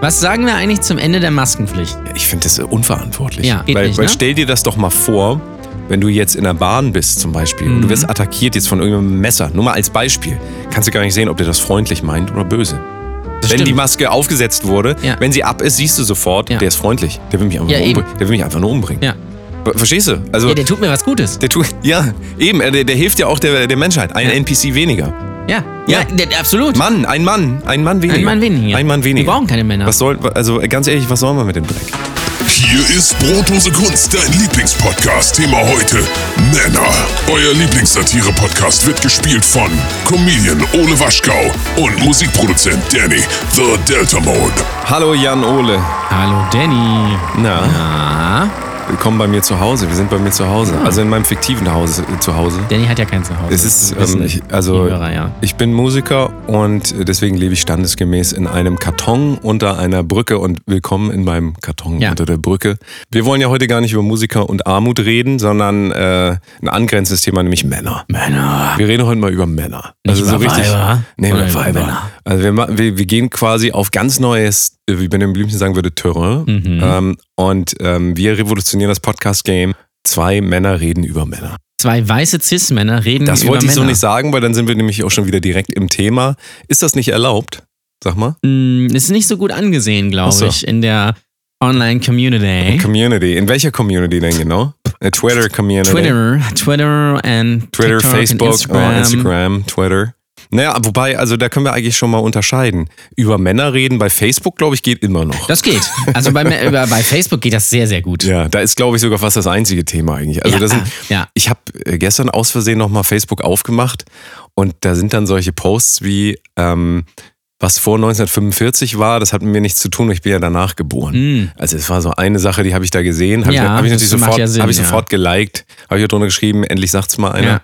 Was sagen wir eigentlich zum Ende der Maskenpflicht? Ich finde das äh, unverantwortlich. Ja, geht weil, nicht, weil ne? stell dir das doch mal vor, wenn du jetzt in der Bahn bist zum Beispiel Mhm. und du wirst attackiert jetzt von irgendeinem Messer, nur mal als Beispiel, kannst du gar nicht sehen, ob der das freundlich meint oder böse. wenn stimmt. die Maske aufgesetzt wurde, Ja. wenn sie ab ist, siehst du sofort, Ja. der ist freundlich. Der will mich einfach, Ja, nur, eben. umbringen. Der will mich einfach nur umbringen. Ja. Ver- Verstehst du? Also, Ja, der, der tut mir was Gutes. tut, ja, eben, äh, der, der hilft ja auch der, der Menschheit. Ein Ja. NPC weniger. Ja, ja, Ja. der, absolut. Mann, ein Mann, ein Mann weniger. Ein Mann weniger. Ein Mann weniger. Wir brauchen keine Männer. Was soll, also ganz ehrlich, was sollen wir mit dem Dreck? Hier ist Brotlose Kunst, dein Lieblingspodcast. Thema heute: Männer. Euer Lieblingssatire-Podcast wird gespielt von Comedian Ole Waschkau und Musikproduzent Danny The Delta Mode. Hallo Jan Ole. Hallo Danny. Na, Ah, willkommen bei mir zu Hause. Wir sind bei mir zu Hause. Also in meinem fiktiven Hause, äh, zu Hause. Danny hat ja kein Zuhause. Es ist, Das wissen ähm, ich, also die Hörer, ja. ich bin Musiker und äh, deswegen lebe ich standesgemäß in einem Karton unter einer Brücke und willkommen in meinem Karton Ja. unter der Brücke. Wir wollen ja heute gar nicht über Musiker und Armut reden, sondern äh, ein angrenzendes Thema, nämlich Männer. Männer. Wir reden heute mal über Männer. Nicht also so über richtig. Weiber nee, oder über über Weiber. Männer. Also wir, ma- wir, wir gehen quasi auf ganz neues, äh, wie Benjamin Blümchen sagen würde, Terrain. Mhm. Ähm, und ähm, wir revolutionieren das Podcast-Game. Zwei Männer reden über Männer. Zwei weiße Cis-Männer reden Das über wollte ich Männer. so nicht sagen, weil dann sind wir nämlich auch schon wieder direkt im Thema. Ist das nicht erlaubt? Sag mal. Mm, Ist nicht so gut angesehen, glaube Ach so. ich, in der Online-Community. Community. In welcher Community denn genau? Eine Twitter-Community. Twitter, Twitter and Twitter, TikTok Facebook, oh, und Instagram. Instagram, Twitter. Naja, wobei, also da können wir eigentlich schon mal unterscheiden. Über Männer reden bei Facebook, glaube ich, geht immer noch. Das geht. Also bei, mir- über- bei Facebook geht das sehr, sehr gut. Ja, da ist, glaube ich, sogar fast das einzige Thema eigentlich. Also Ja, das sind, ja. ich habe gestern aus Versehen nochmal Facebook aufgemacht und da sind dann solche Posts wie, ähm, was vor 1945 war, das hat mit mir nichts zu tun, ich bin ja danach geboren. Mm. Also es war so eine Sache, die habe ich da gesehen, habe Ja, ich, hab ich das natürlich macht sofort, ja Sinn, hab ich ja. sofort geliked, habe ich auch drunter geschrieben, endlich sagt's mal einer.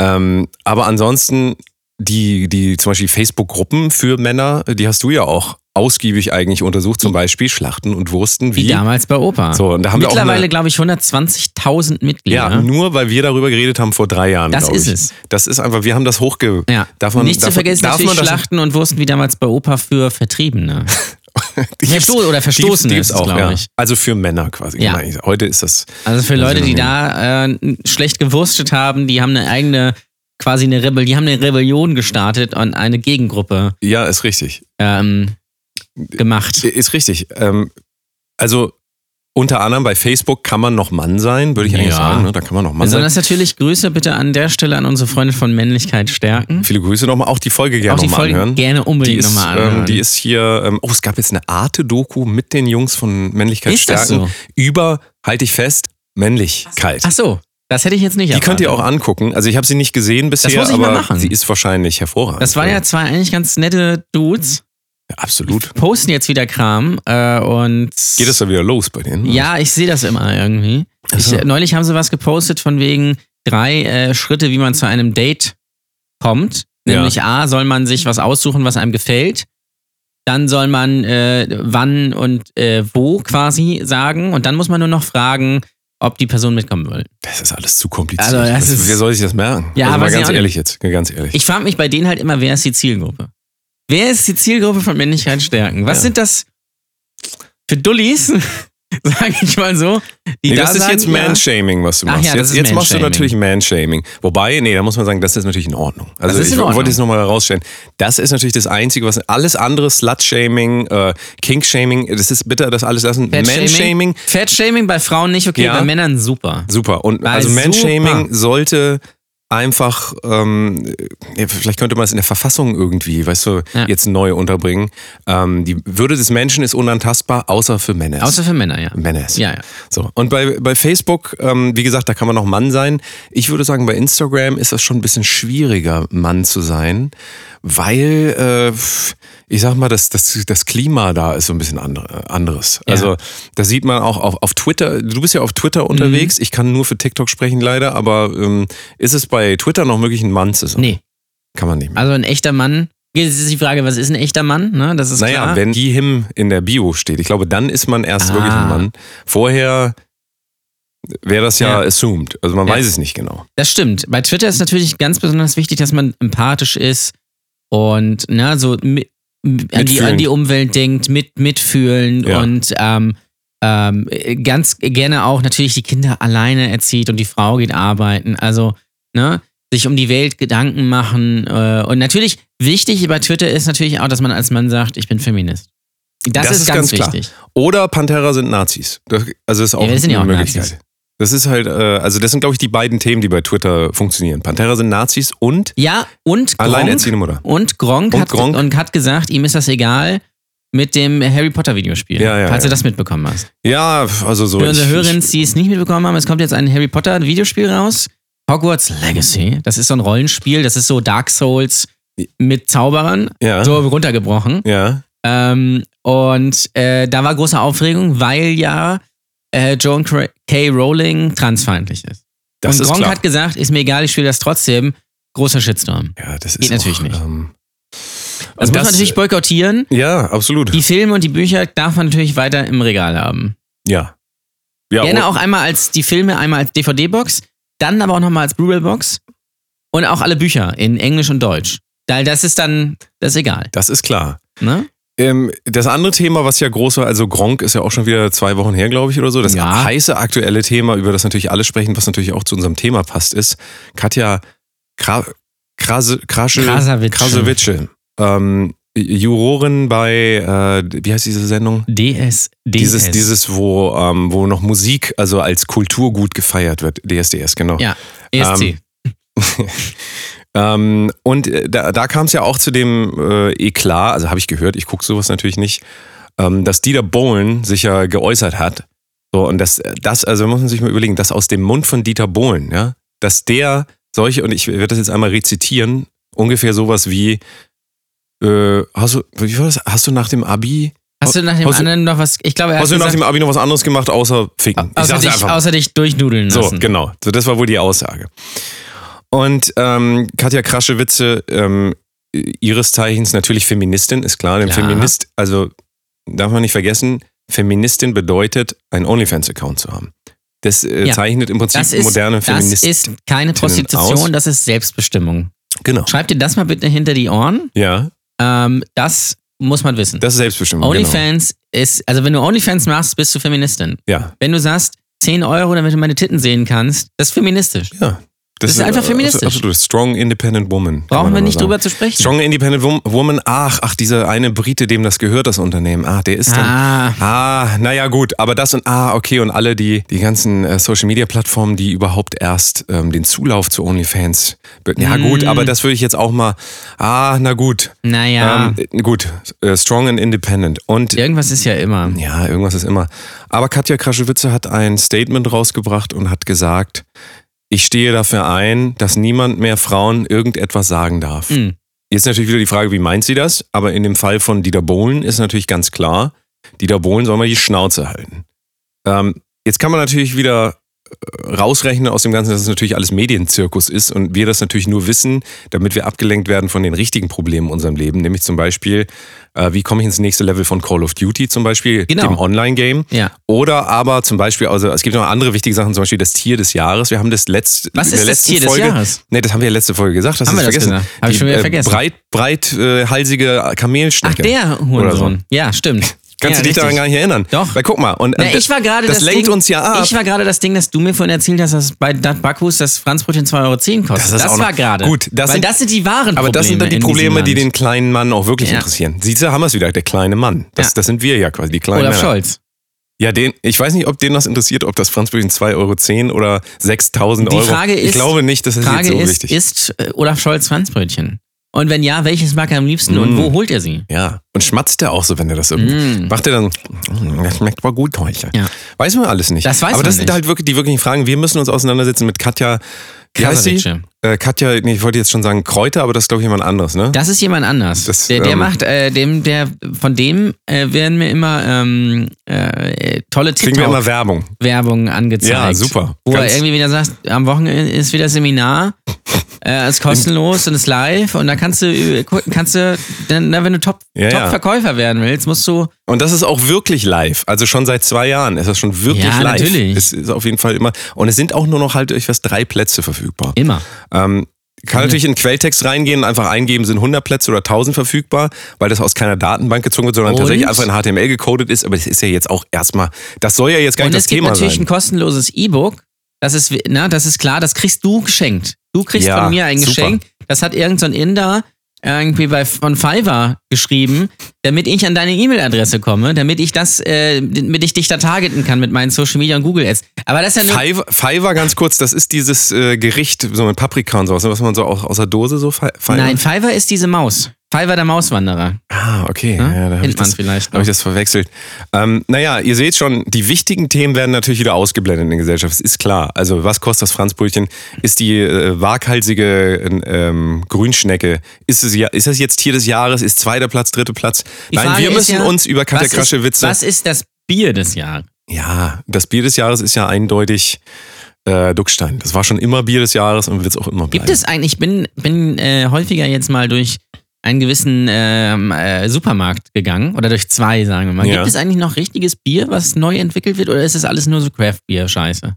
Ähm, aber ansonsten, die, die zum Beispiel Facebook-Gruppen für Männer, die hast du ja auch ausgiebig eigentlich untersucht, zum Beispiel Schlachten und Wursten. Wie damals bei Opa. So, und da haben wir auch Mittlerweile, eine- glaube ich, 120.000 Mitglieder. Ja, nur weil wir darüber geredet haben vor drei Jahren. Das glaub ist ich. es. Das ist einfach, wir haben das hochge. Ja. Darf man, Nicht darf, zu vergessen, darf natürlich man das Schlachten und Wursten wie damals bei Opa für Vertriebene. Versto oder Verstoßene Die gibt's ist es, auch, glaub ja. ich. Also für Männer quasi. Ja. Heute ist das. Also für ein Leute, die Synonym. da äh, schlecht gewurstet haben, die haben eine eigene, quasi eine Rebellion, die haben eine Rebellion gestartet und eine Gegengruppe Ja, ist richtig. ähm, gemacht. Ist richtig. Ähm, also unter anderem bei Facebook kann man noch Mann sein, würde ich eigentlich Ja. sagen. Ne? Da kann man noch Mann sein. Besonders natürlich Grüße bitte an der Stelle an unsere Freunde von Männlichkeit stärken. Viele Grüße nochmal. Auch die Folge gerne Auch die nochmal Folge anhören. gerne Die unbedingt ist, nochmal anhören. ähm, die ist hier, ähm, oh, es gab jetzt eine Arte-Doku mit den Jungs von Männlichkeit Ist das stärken so? über, halte ich fest, Männlichkeit. Ach so, das hätte ich jetzt nicht Die könnt ihr auch erwartet. angucken. Also ich habe sie nicht gesehen bisher, muss ich mal aber machen. sie ist wahrscheinlich hervorragend. Das waren ja zwei eigentlich ganz nette Dudes. Ja, absolut. Posten jetzt wieder Kram äh, und. Geht es da wieder los bei denen? Ja, ich sehe das immer irgendwie. Ich, so. äh, neulich haben sie was gepostet von wegen drei äh, Schritte, wie man zu einem Date kommt. Ja. Nämlich A, soll man sich was aussuchen, was einem gefällt. Dann soll man äh, wann und äh, wo quasi sagen. Und dann muss man nur noch fragen, ob die Person mitkommen will. Das ist alles zu kompliziert. Also das ist- wer soll sich das merken? Ja, also weiß mal ich ganz auch nicht. ehrlich jetzt, ganz ehrlich. Ich frage mich bei denen halt immer, wer ist die Zielgruppe? Wer ist die Zielgruppe von Männlichkeit stärken? Was Ja. sind das für Dullis, sage ich mal so, die Nee, da das ist sagen, jetzt ja, Manshaming, was du Ach machst. ja, das jetzt ist jetzt machst du Manshaming. natürlich Manshaming. Wobei, nee, da muss man sagen, das ist natürlich in Ordnung. Also Das ist ich in Ordnung. wollte es nochmal herausstellen. Das ist natürlich das Einzige, was alles andere, Slut-Shaming, äh, Kink-Shaming, das ist bitte das alles lassen. Fettshaming. Manshaming, Fettshaming bei Frauen nicht, okay, Ja. bei Männern super. Super. Und Weil also super. Manshaming sollte einfach, ähm, ja, vielleicht könnte man es in der Verfassung irgendwie, weißt du, Ja. jetzt neu unterbringen. Ähm, die Würde des Menschen ist unantastbar, außer für Männer. Außer für Männer, ja. Männer. Ja, ja. So. Und bei, bei Facebook, ähm, wie gesagt, da kann man noch Mann sein. Ich würde sagen, bei Instagram ist das schon ein bisschen schwieriger, Mann zu sein, weil, äh, ich sag mal, das, das, das Klima da ist so ein bisschen andere, Ja. anderes. Mhm. Also, da sieht man auch auf, auf Twitter, du bist ja auf Twitter unterwegs, ich kann nur für TikTok sprechen leider, aber ähm, ist es bei Twitter noch möglich, ein Mann zu sein? Nee, Kann man nicht mehr. also ein echter Mann. Jetzt ist die Frage, was ist ein echter Mann? Ne, das ist naja, klar. wenn die him in der Bio steht, ich glaube, dann ist man erst Ah. wirklich ein Mann. Vorher wäre das ja, Ja. assumed. Also man Ja. weiß es nicht genau. Das stimmt. Bei Twitter ist natürlich ganz besonders wichtig, dass man empathisch ist und ne, so mi- an die, an die Umwelt denkt, mit, mitfühlen Ja. und ähm, ähm, ganz gerne auch natürlich die Kinder alleine erzieht und die Frau geht arbeiten. Also, ne, sich um die Welt Gedanken machen. Äh, und natürlich, wichtig bei Twitter ist natürlich auch, dass man als Mann sagt, ich bin Feminist. Das, ist, ganz, wichtig. Oder Pantera sind Nazis. Das, also das ist auch Ja, wir sind ja eine auch Möglichkeit. Nazis. Das ist halt, äh, also das sind, glaube ich, die beiden Themen, die bei Twitter funktionieren. Pantera sind Nazis und Ja, und Gronk, alleinerziehende Mutter. und Gronk, Und hat, Gronk. und hat gesagt, ihm ist das egal mit dem Harry Potter Videospiel, Ja, ja, falls ja. du das mitbekommen hast. Ja, also so. Für unsere ich- ich- Hörerinnen, die es nicht mitbekommen haben, es kommt jetzt ein Harry Potter Videospiel raus. Hogwarts Legacy. Das ist so ein Rollenspiel, das ist so Dark Souls mit Zauberern, Ja. so runtergebrochen. Ja. Ähm, und äh, da war große Aufregung, weil ja äh, Joan Cra- K. Rowling transfeindlich ist. Das und ist Gronk klar. hat gesagt, ist mir egal, ich spiele das trotzdem. Großer Shitstorm. ja, das ist Geht natürlich auch, nicht. Ähm, Das und muss man natürlich boykottieren. ja, absolut. Die Filme und die Bücher darf man natürlich weiter im Regal haben. ja. Ja, oh, Gerne und- auch einmal als die Filme, einmal als DVD-Box, dann aber auch nochmal als Blu-ray-Box und auch alle Bücher in Englisch und Deutsch. Da- Das ist dann, das ist egal. Das ist klar. Ne? Ähm, das andere Thema, was ja groß war, also Gronk ist ja auch schon wieder zwei Wochen her, glaube ich, oder so. Das Ja. heiße aktuelle Thema, über das natürlich alle sprechen, was natürlich auch zu unserem Thema passt, ist Katja Kra Krase Krasche Krasavitsche. Krasowitsche. Ähm, Jurorin bei, äh, wie heißt diese Sendung? DS, DS. Dieses, dieses, wo, ähm, wo noch Musik, also als Kulturgut gefeiert wird. DSDS, genau. ja, E ESC. Ähm, Ähm, und äh, da, da kam es ja auch zu dem äh, Eklat, also habe ich gehört, ich gucke sowas natürlich nicht, ähm, dass Dieter Bohlen sich ja geäußert hat. So, und das, das, also muss man sich mal überlegen, dass aus dem Mund von Dieter Bohlen, ja, dass der solche, und ich werde das jetzt einmal rezitieren, ungefähr sowas wie, äh, hast du, wie war das, hast du nach dem Abi, Hast du nach dem hast du- anderen noch was? Ich glaube, er hat hast du nach gesagt, Also dem Abi noch was anderes gemacht, außer ficken? Ich außer, sag's dich, einfach. außer dich durchnudeln So, lassen. genau. So, das war wohl die Aussage. Und ähm, Katja Kraschewitze, ähm, ihres Zeichens natürlich Feministin, ist klar. Denn Ja. Feminist, also darf man nicht vergessen, Feministin bedeutet, einen OnlyFans-Account zu haben. Das äh, Ja. zeichnet im Prinzip Das ist, moderne das Feministin. ist keine Prostitution, aus. das ist Selbstbestimmung. genau. Schreib dir das mal bitte hinter die Ohren. Ja, Ähm, das muss man wissen. das ist genau. Selbstbestimmung. OnlyFans ist, also wenn du OnlyFans machst, bist du Feministin. Genau. Ja, wenn du sagst, 10 Euro, damit du meine Titten sehen kannst, das ist feministisch. ja. äh, Das ist einfach feministisch. Absolut. Strong Independent Woman. kann Brauchen man wir nur nicht sagen. drüber zu sprechen. Strong Independent Wom- Woman, ach, ach, dieser eine Brite, dem das gehört, das Unternehmen. Ah, der ist dann. ah, Ah, naja, gut, aber das und ah, okay, und alle die, die ganzen äh, Social Media Plattformen, die überhaupt erst ähm, den Zulauf zu OnlyFans. be- Ja, Mm. gut, aber das würde ich jetzt auch mal. Ah, na gut. naja, Ähm, äh, gut, äh, strong and independent. Und irgendwas ist ja immer. ja, irgendwas ist immer. Aber Katja Kraschewitze hat ein Statement rausgebracht und hat gesagt, ich stehe dafür ein, dass niemand mehr Frauen irgendetwas sagen darf. Mhm. Jetzt natürlich wieder die Frage, wie meint sie das? Aber in dem Fall von Dieter Bohlen ist natürlich ganz klar, Dieter Bohlen soll mal die Schnauze halten. Ähm, jetzt kann man natürlich wieder äh, rausrechnen aus dem Ganzen, dass es natürlich alles Medienzirkus ist und wir das natürlich nur wissen, damit wir abgelenkt werden von den richtigen Problemen in unserem Leben, nämlich zum Beispiel, äh, wie komme ich ins nächste Level von Call of Duty zum Beispiel, Genau. dem Online-Game. Ja. Oder aber zum Beispiel, also es gibt noch andere wichtige Sachen, zum Beispiel das Tier des Jahres. Wir haben das letzte Was ist das Tier des Folge, Jahres? Nee, das haben wir ja letzte Folge gesagt. Das Haben hast wir du das vergessen. gesagt? Hab ich Die, schon wieder äh, vergessen. Breit, breit äh, halsige Ach, Kamelschnecke. der Oder so. Hurensohn. Ja, stimmt. Kannst ja, du dich daran richtig. gar nicht erinnern? Doch. Weil guck mal, und Na, und ich war gerade das, das lenkt Ding, uns ja ab. Ich war gerade das Ding, das du mir vorhin erzählt hast, dass bei Dat Bacchus das Franzbrötchen 2,10 Euro kostet. Das Das, ist auch noch- war gerade. Gut, das Weil sind- das sind die wahren Probleme. aber das sind dann die in diesem Probleme, die Land. den kleinen Mann auch wirklich Ja. interessieren. Siehst du, haben wir es wieder, der kleine Mann. Das, Ja. das sind wir ja quasi, die kleinen Olaf Männer. Scholz. Ja, den, ich weiß nicht, ob den das interessiert, ob das Franzbrötchen 2,10 Euro oder 6.000 Die Euro. Frage ich ist- glaube nicht, das ist Frage jetzt so ist, wichtig. ist äh, Olaf Scholz Franzbrötchen? Und wenn ja, welches mag er am liebsten und Mm. wo holt er sie? Ja. Und schmatzt er auch so, wenn er das irgendwie. Mm. Macht er dann, "Mm, das schmeckt mal gut heute. Ja. Weiß man alles nicht. Das weiß Aber man das sind nicht. halt wirklich die wirklichen Fragen. Wir müssen uns auseinandersetzen mit Katja. Wie heißt sie? Krasavitsche. Äh, Katja, nee, ich wollte jetzt schon sagen Kräuter, aber das ist, glaube ich, jemand anderes, ne? Das ist jemand anders. Das, der der ähm, macht, äh, dem, der, von dem äh, werden mir immer ähm, äh, tolle Kriegen wir immer Werbung. TikTok-Werbungen angezeigt. Ja, super. Wo er Ganz- irgendwie wieder sagt, am Wochenende ist wieder Seminar, äh, ist kostenlos und ist live und da kannst du, äh, gucken, kannst du, dann, na, wenn du Top- Ja, ja. Top-Verkäufer werden willst, musst du, Und das ist auch wirklich live. Also schon seit zwei Jahren ist das schon wirklich Ja, live. natürlich. Es ist auf jeden Fall immer. Und es sind auch nur noch halt euch was drei Plätze verfügbar. immer. Ähm, kann natürlich in den Quelltext reingehen und einfach eingeben, sind 100 Plätze oder 1000 verfügbar, weil das aus keiner Datenbank gezogen wird, sondern Und? tatsächlich einfach in HTML gecodet ist. Aber das ist ja jetzt auch erstmal, das soll ja jetzt gar Und nicht das es gibt Thema natürlich ein sein. kostenloses E-Book. Das ist, ne, das ist klar, das kriegst du geschenkt. Du kriegst Ja, von mir ein super. Geschenk. Das hat irgendein so ein Inder irgendwie bei, von Fiverr geschrieben, damit ich an deine E-Mail-Adresse komme, damit ich das, äh, damit ich dich da targeten kann mit meinen Social Media und Google Ads. Aber das ist ja nur, Fiverr, Fiverr, ganz kurz, das ist dieses äh, Gericht, so mit Paprika und sowas, ne, was man so auch aus der Dose so Fi- Fiverr? nein, Fiverr ist diese Maus. Fiverr der Mauswanderer. Ah, okay. Ja, da habe Ne? Kennt ich, man das- vielleicht hab ich noch. das verwechselt. Ähm, naja, ihr seht schon, die wichtigen Themen werden natürlich wieder ausgeblendet in der Gesellschaft. Es ist klar. Also, was kostet das Franzbrötchen? Ist die äh, waghalsige äh, ähm, Grünschnecke, ist, es, ja- ist das jetzt Tier des Jahres? Ist zweiter Platz, dritter Platz? Die Nein, Frage wir ist müssen ja, uns über was ist- Katja-Krasche-Witze. Was ist das Bier des Jahres? Ja, das Bier des Jahres ist ja eindeutig äh, Duckstein. Das war schon immer Bier des Jahres und wird es auch immer bleiben. Gibt es eigentlich, ich bin, bin äh, häufiger jetzt mal durch einen gewissen ähm, äh, Supermarkt gegangen oder durch zwei, sagen wir mal. Ja. Gibt es eigentlich noch richtiges Bier, was neu entwickelt wird oder ist es alles nur so Craft-Bier-Scheiße?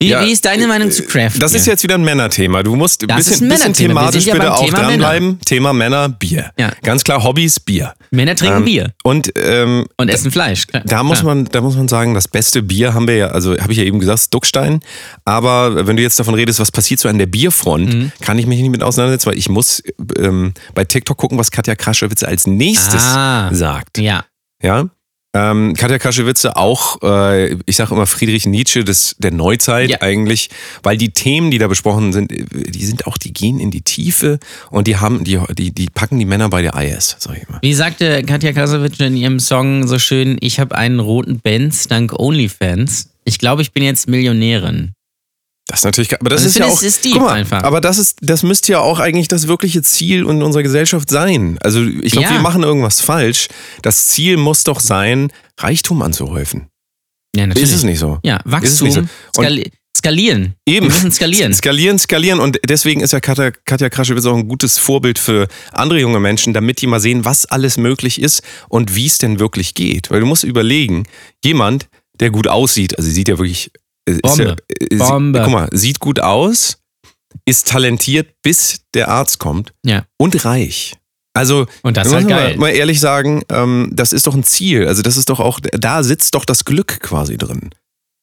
Wie, Ja, äh, wie ist deine Meinung zu Craft? Das ist jetzt wieder ein Männerthema. Du musst ein Das ist bisschen, ein bisschen Männerthema. Wir thematisch sind ja bitte beim auch Thema dranbleiben. Thema Männer, Bier. Ja. Ganz klar Hobbys, Bier. Männer trinken Ähm, Bier Und ähm, und essen Fleisch. Klar, da muss, klar. man, da muss man sagen, das beste Bier haben wir ja, also habe ich ja eben gesagt, Duckstein. Aber wenn du jetzt davon redest, was passiert so an der Bierfront, Mhm. kann ich mich nicht mit auseinandersetzen, weil ich muss ähm, bei TikTok gucken, was Katja Kraschewitz als nächstes Ah. sagt. Ja, Ja. Ähm, Katja Kraschewitze auch, äh, ich sage immer Friedrich Nietzsche des, der Neuzeit Ja. eigentlich, weil die Themen, die da besprochen sind, äh, die sind auch, die gehen in die Tiefe und die haben, die, die, die packen die Männer bei der IS, sag ich immer. wie sagte Katja Kasowitsch in ihrem Song so schön, ich habe einen roten Benz dank OnlyFans. Ich glaube, ich bin jetzt Millionärin. Das ist natürlich, ge- aber das Also ist ich ja finde, auch, es ist deep guck mal, einfach. aber das ist, das müsste ja auch eigentlich das wirkliche Ziel in unserer Gesellschaft sein. Also ich glaube, Ja. wir machen irgendwas falsch. Das Ziel muss doch sein, Reichtum anzuhäufen. Ja, natürlich. Ist es nicht so? Ja, Ist es Wachstum, nicht so? Und- skali skalieren. Eben. Wir müssen skalieren. Skalieren, skalieren. Und deswegen ist ja Katja, Katja Kraschewitz auch ein gutes Vorbild für andere junge Menschen, damit die mal sehen, was alles möglich ist und wie es denn wirklich geht. Weil du musst überlegen, jemand, der gut aussieht, also sie sieht ja wirklich. äh, Ist Bombe. Ja, äh, sie- Bombe. Guck mal, sieht gut aus, ist talentiert, bis der Arzt kommt Ja. und reich. Also, Und das ist muss halt man geil. Mal, mal ehrlich sagen, ähm, das ist doch ein Ziel. Also, das ist doch auch, da sitzt doch das Glück quasi drin.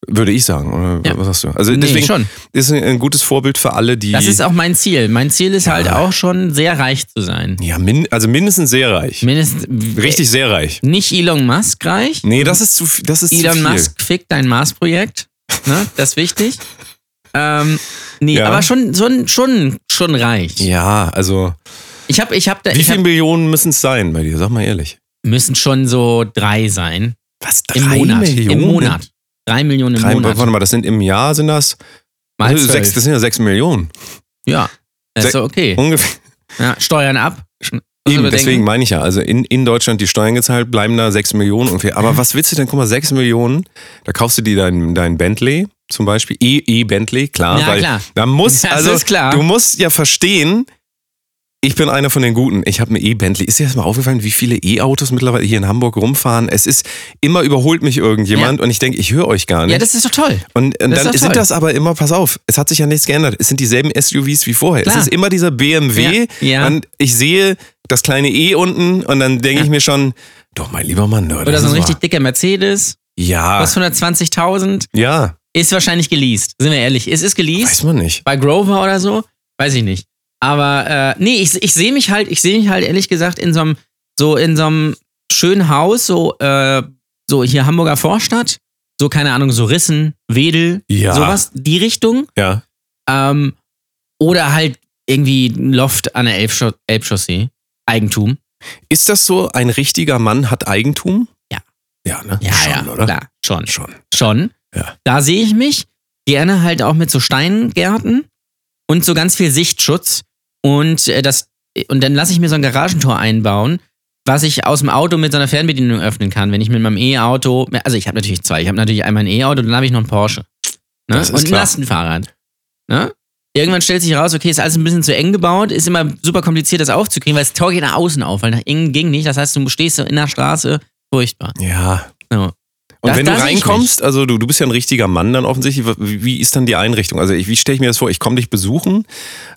Würde ich sagen. Oder Ja. Was sagst du? Also, Nee, deswegen schon. ist ein, ein gutes Vorbild für alle, die. Das ist auch mein Ziel. Mein Ziel ist halt auch schon, sehr reich zu sein. ja, min, also mindestens sehr reich. Mindestens. Richtig sehr reich. Nicht Elon Musk reich. Nee, das ist zu, viel- das ist zu Elon viel. Musk fickt dein Mars-Projekt. Ne? Das ist wichtig. ähm, nee, Ja. aber schon, schon, schon, schon reich. Ja, also. Ich habe, ich habe da, Wie ich viele hab, Millionen müssen es sein bei dir? Sag mal ehrlich. müssen schon so drei sein. Was? Drei Im Monat. Millionen? Im Monat. Drei Millionen im Drei, Monat. Warte mal, das sind im Jahr sind das. Mal also sechs, zwölf. das sind ja sechs Millionen. Ja. Das ist Sech- okay. Ungefähr. Ja, Steuern ab. Also Muss Eben, überdenken. deswegen meine ich ja. Also in, in Deutschland die Steuern gezahlt, bleiben da sechs Millionen ungefähr. Mhm. Aber was willst du denn? Guck mal, sechs Millionen, da kaufst du dir dein, dein Bentley zum Beispiel. E, e Bentley, klar. Ja, weil klar. Da muss, Das also, ist klar. du musst ja verstehen, ich bin einer von den Guten. Ich habe einen E-Bentley. Ist dir das mal aufgefallen, wie viele E-Autos mittlerweile hier in Hamburg rumfahren? Es ist, immer überholt mich irgendjemand und ich denke, ich höre euch gar nicht. Ja, das ist doch toll. Und, und Das ist dann doch sind toll. das aber immer, pass auf, es hat sich ja nichts geändert. Es sind dieselben SUVs wie vorher. Klar. Es ist immer dieser BMW. Ja, ja. Und ich sehe das kleine E unten und dann denke ich mir schon, doch, mein lieber Mann, Leute. Oder das so ein ist richtig wahr. dicker Mercedes, Ja. kostet 120.000, Ja, ist wahrscheinlich geleased. Sind wir ehrlich, es ist weiß geleased man nicht. bei Grover oder so, weiß ich nicht. Aber äh, nee, ich, ich sehe mich halt, ich sehe mich halt ehrlich gesagt in so einem so in so einem schönen Haus, so äh, so hier Hamburger Vorstadt, so keine Ahnung, so Rissen, Wedel, Ja. sowas, die Richtung. Ja. Ähm, oder halt irgendwie ein Loft an der Elbscho Elbchaussee, Eigentum. Ist das so, ein richtiger Mann hat Eigentum? Ja. Ja, ne? Ja, Schon, ja, oder? klar, schon. Schon. Schon. Ja. Da sehe ich mich gerne halt auch mit so Steingärten und so ganz viel Sichtschutz. Und, äh, das, und dann lasse ich mir so ein Garagentor einbauen, was ich aus dem Auto mit so einer Fernbedienung öffnen kann, wenn ich mit meinem E-Auto, also ich habe natürlich zwei, ich habe natürlich einmal ein E-Auto, dann habe ich noch ein Porsche. Ne? Das ist und ein klar. Lastenfahrrad. Ne? Irgendwann stellt sich raus, okay, ist alles ein bisschen zu eng gebaut, ist immer super kompliziert, das aufzukriegen, weil das Tor geht nach außen auf, weil nach innen ging nicht. Das heißt, du stehst so in der Straße, furchtbar. Ja. Ja. Und Das- wenn du da sehe ich mich. reinkommst, also du, du bist ja ein richtiger Mann dann offensichtlich, wie wie ist dann die Einrichtung? Also ich, wie stelle ich mir das vor? Ich komme dich besuchen,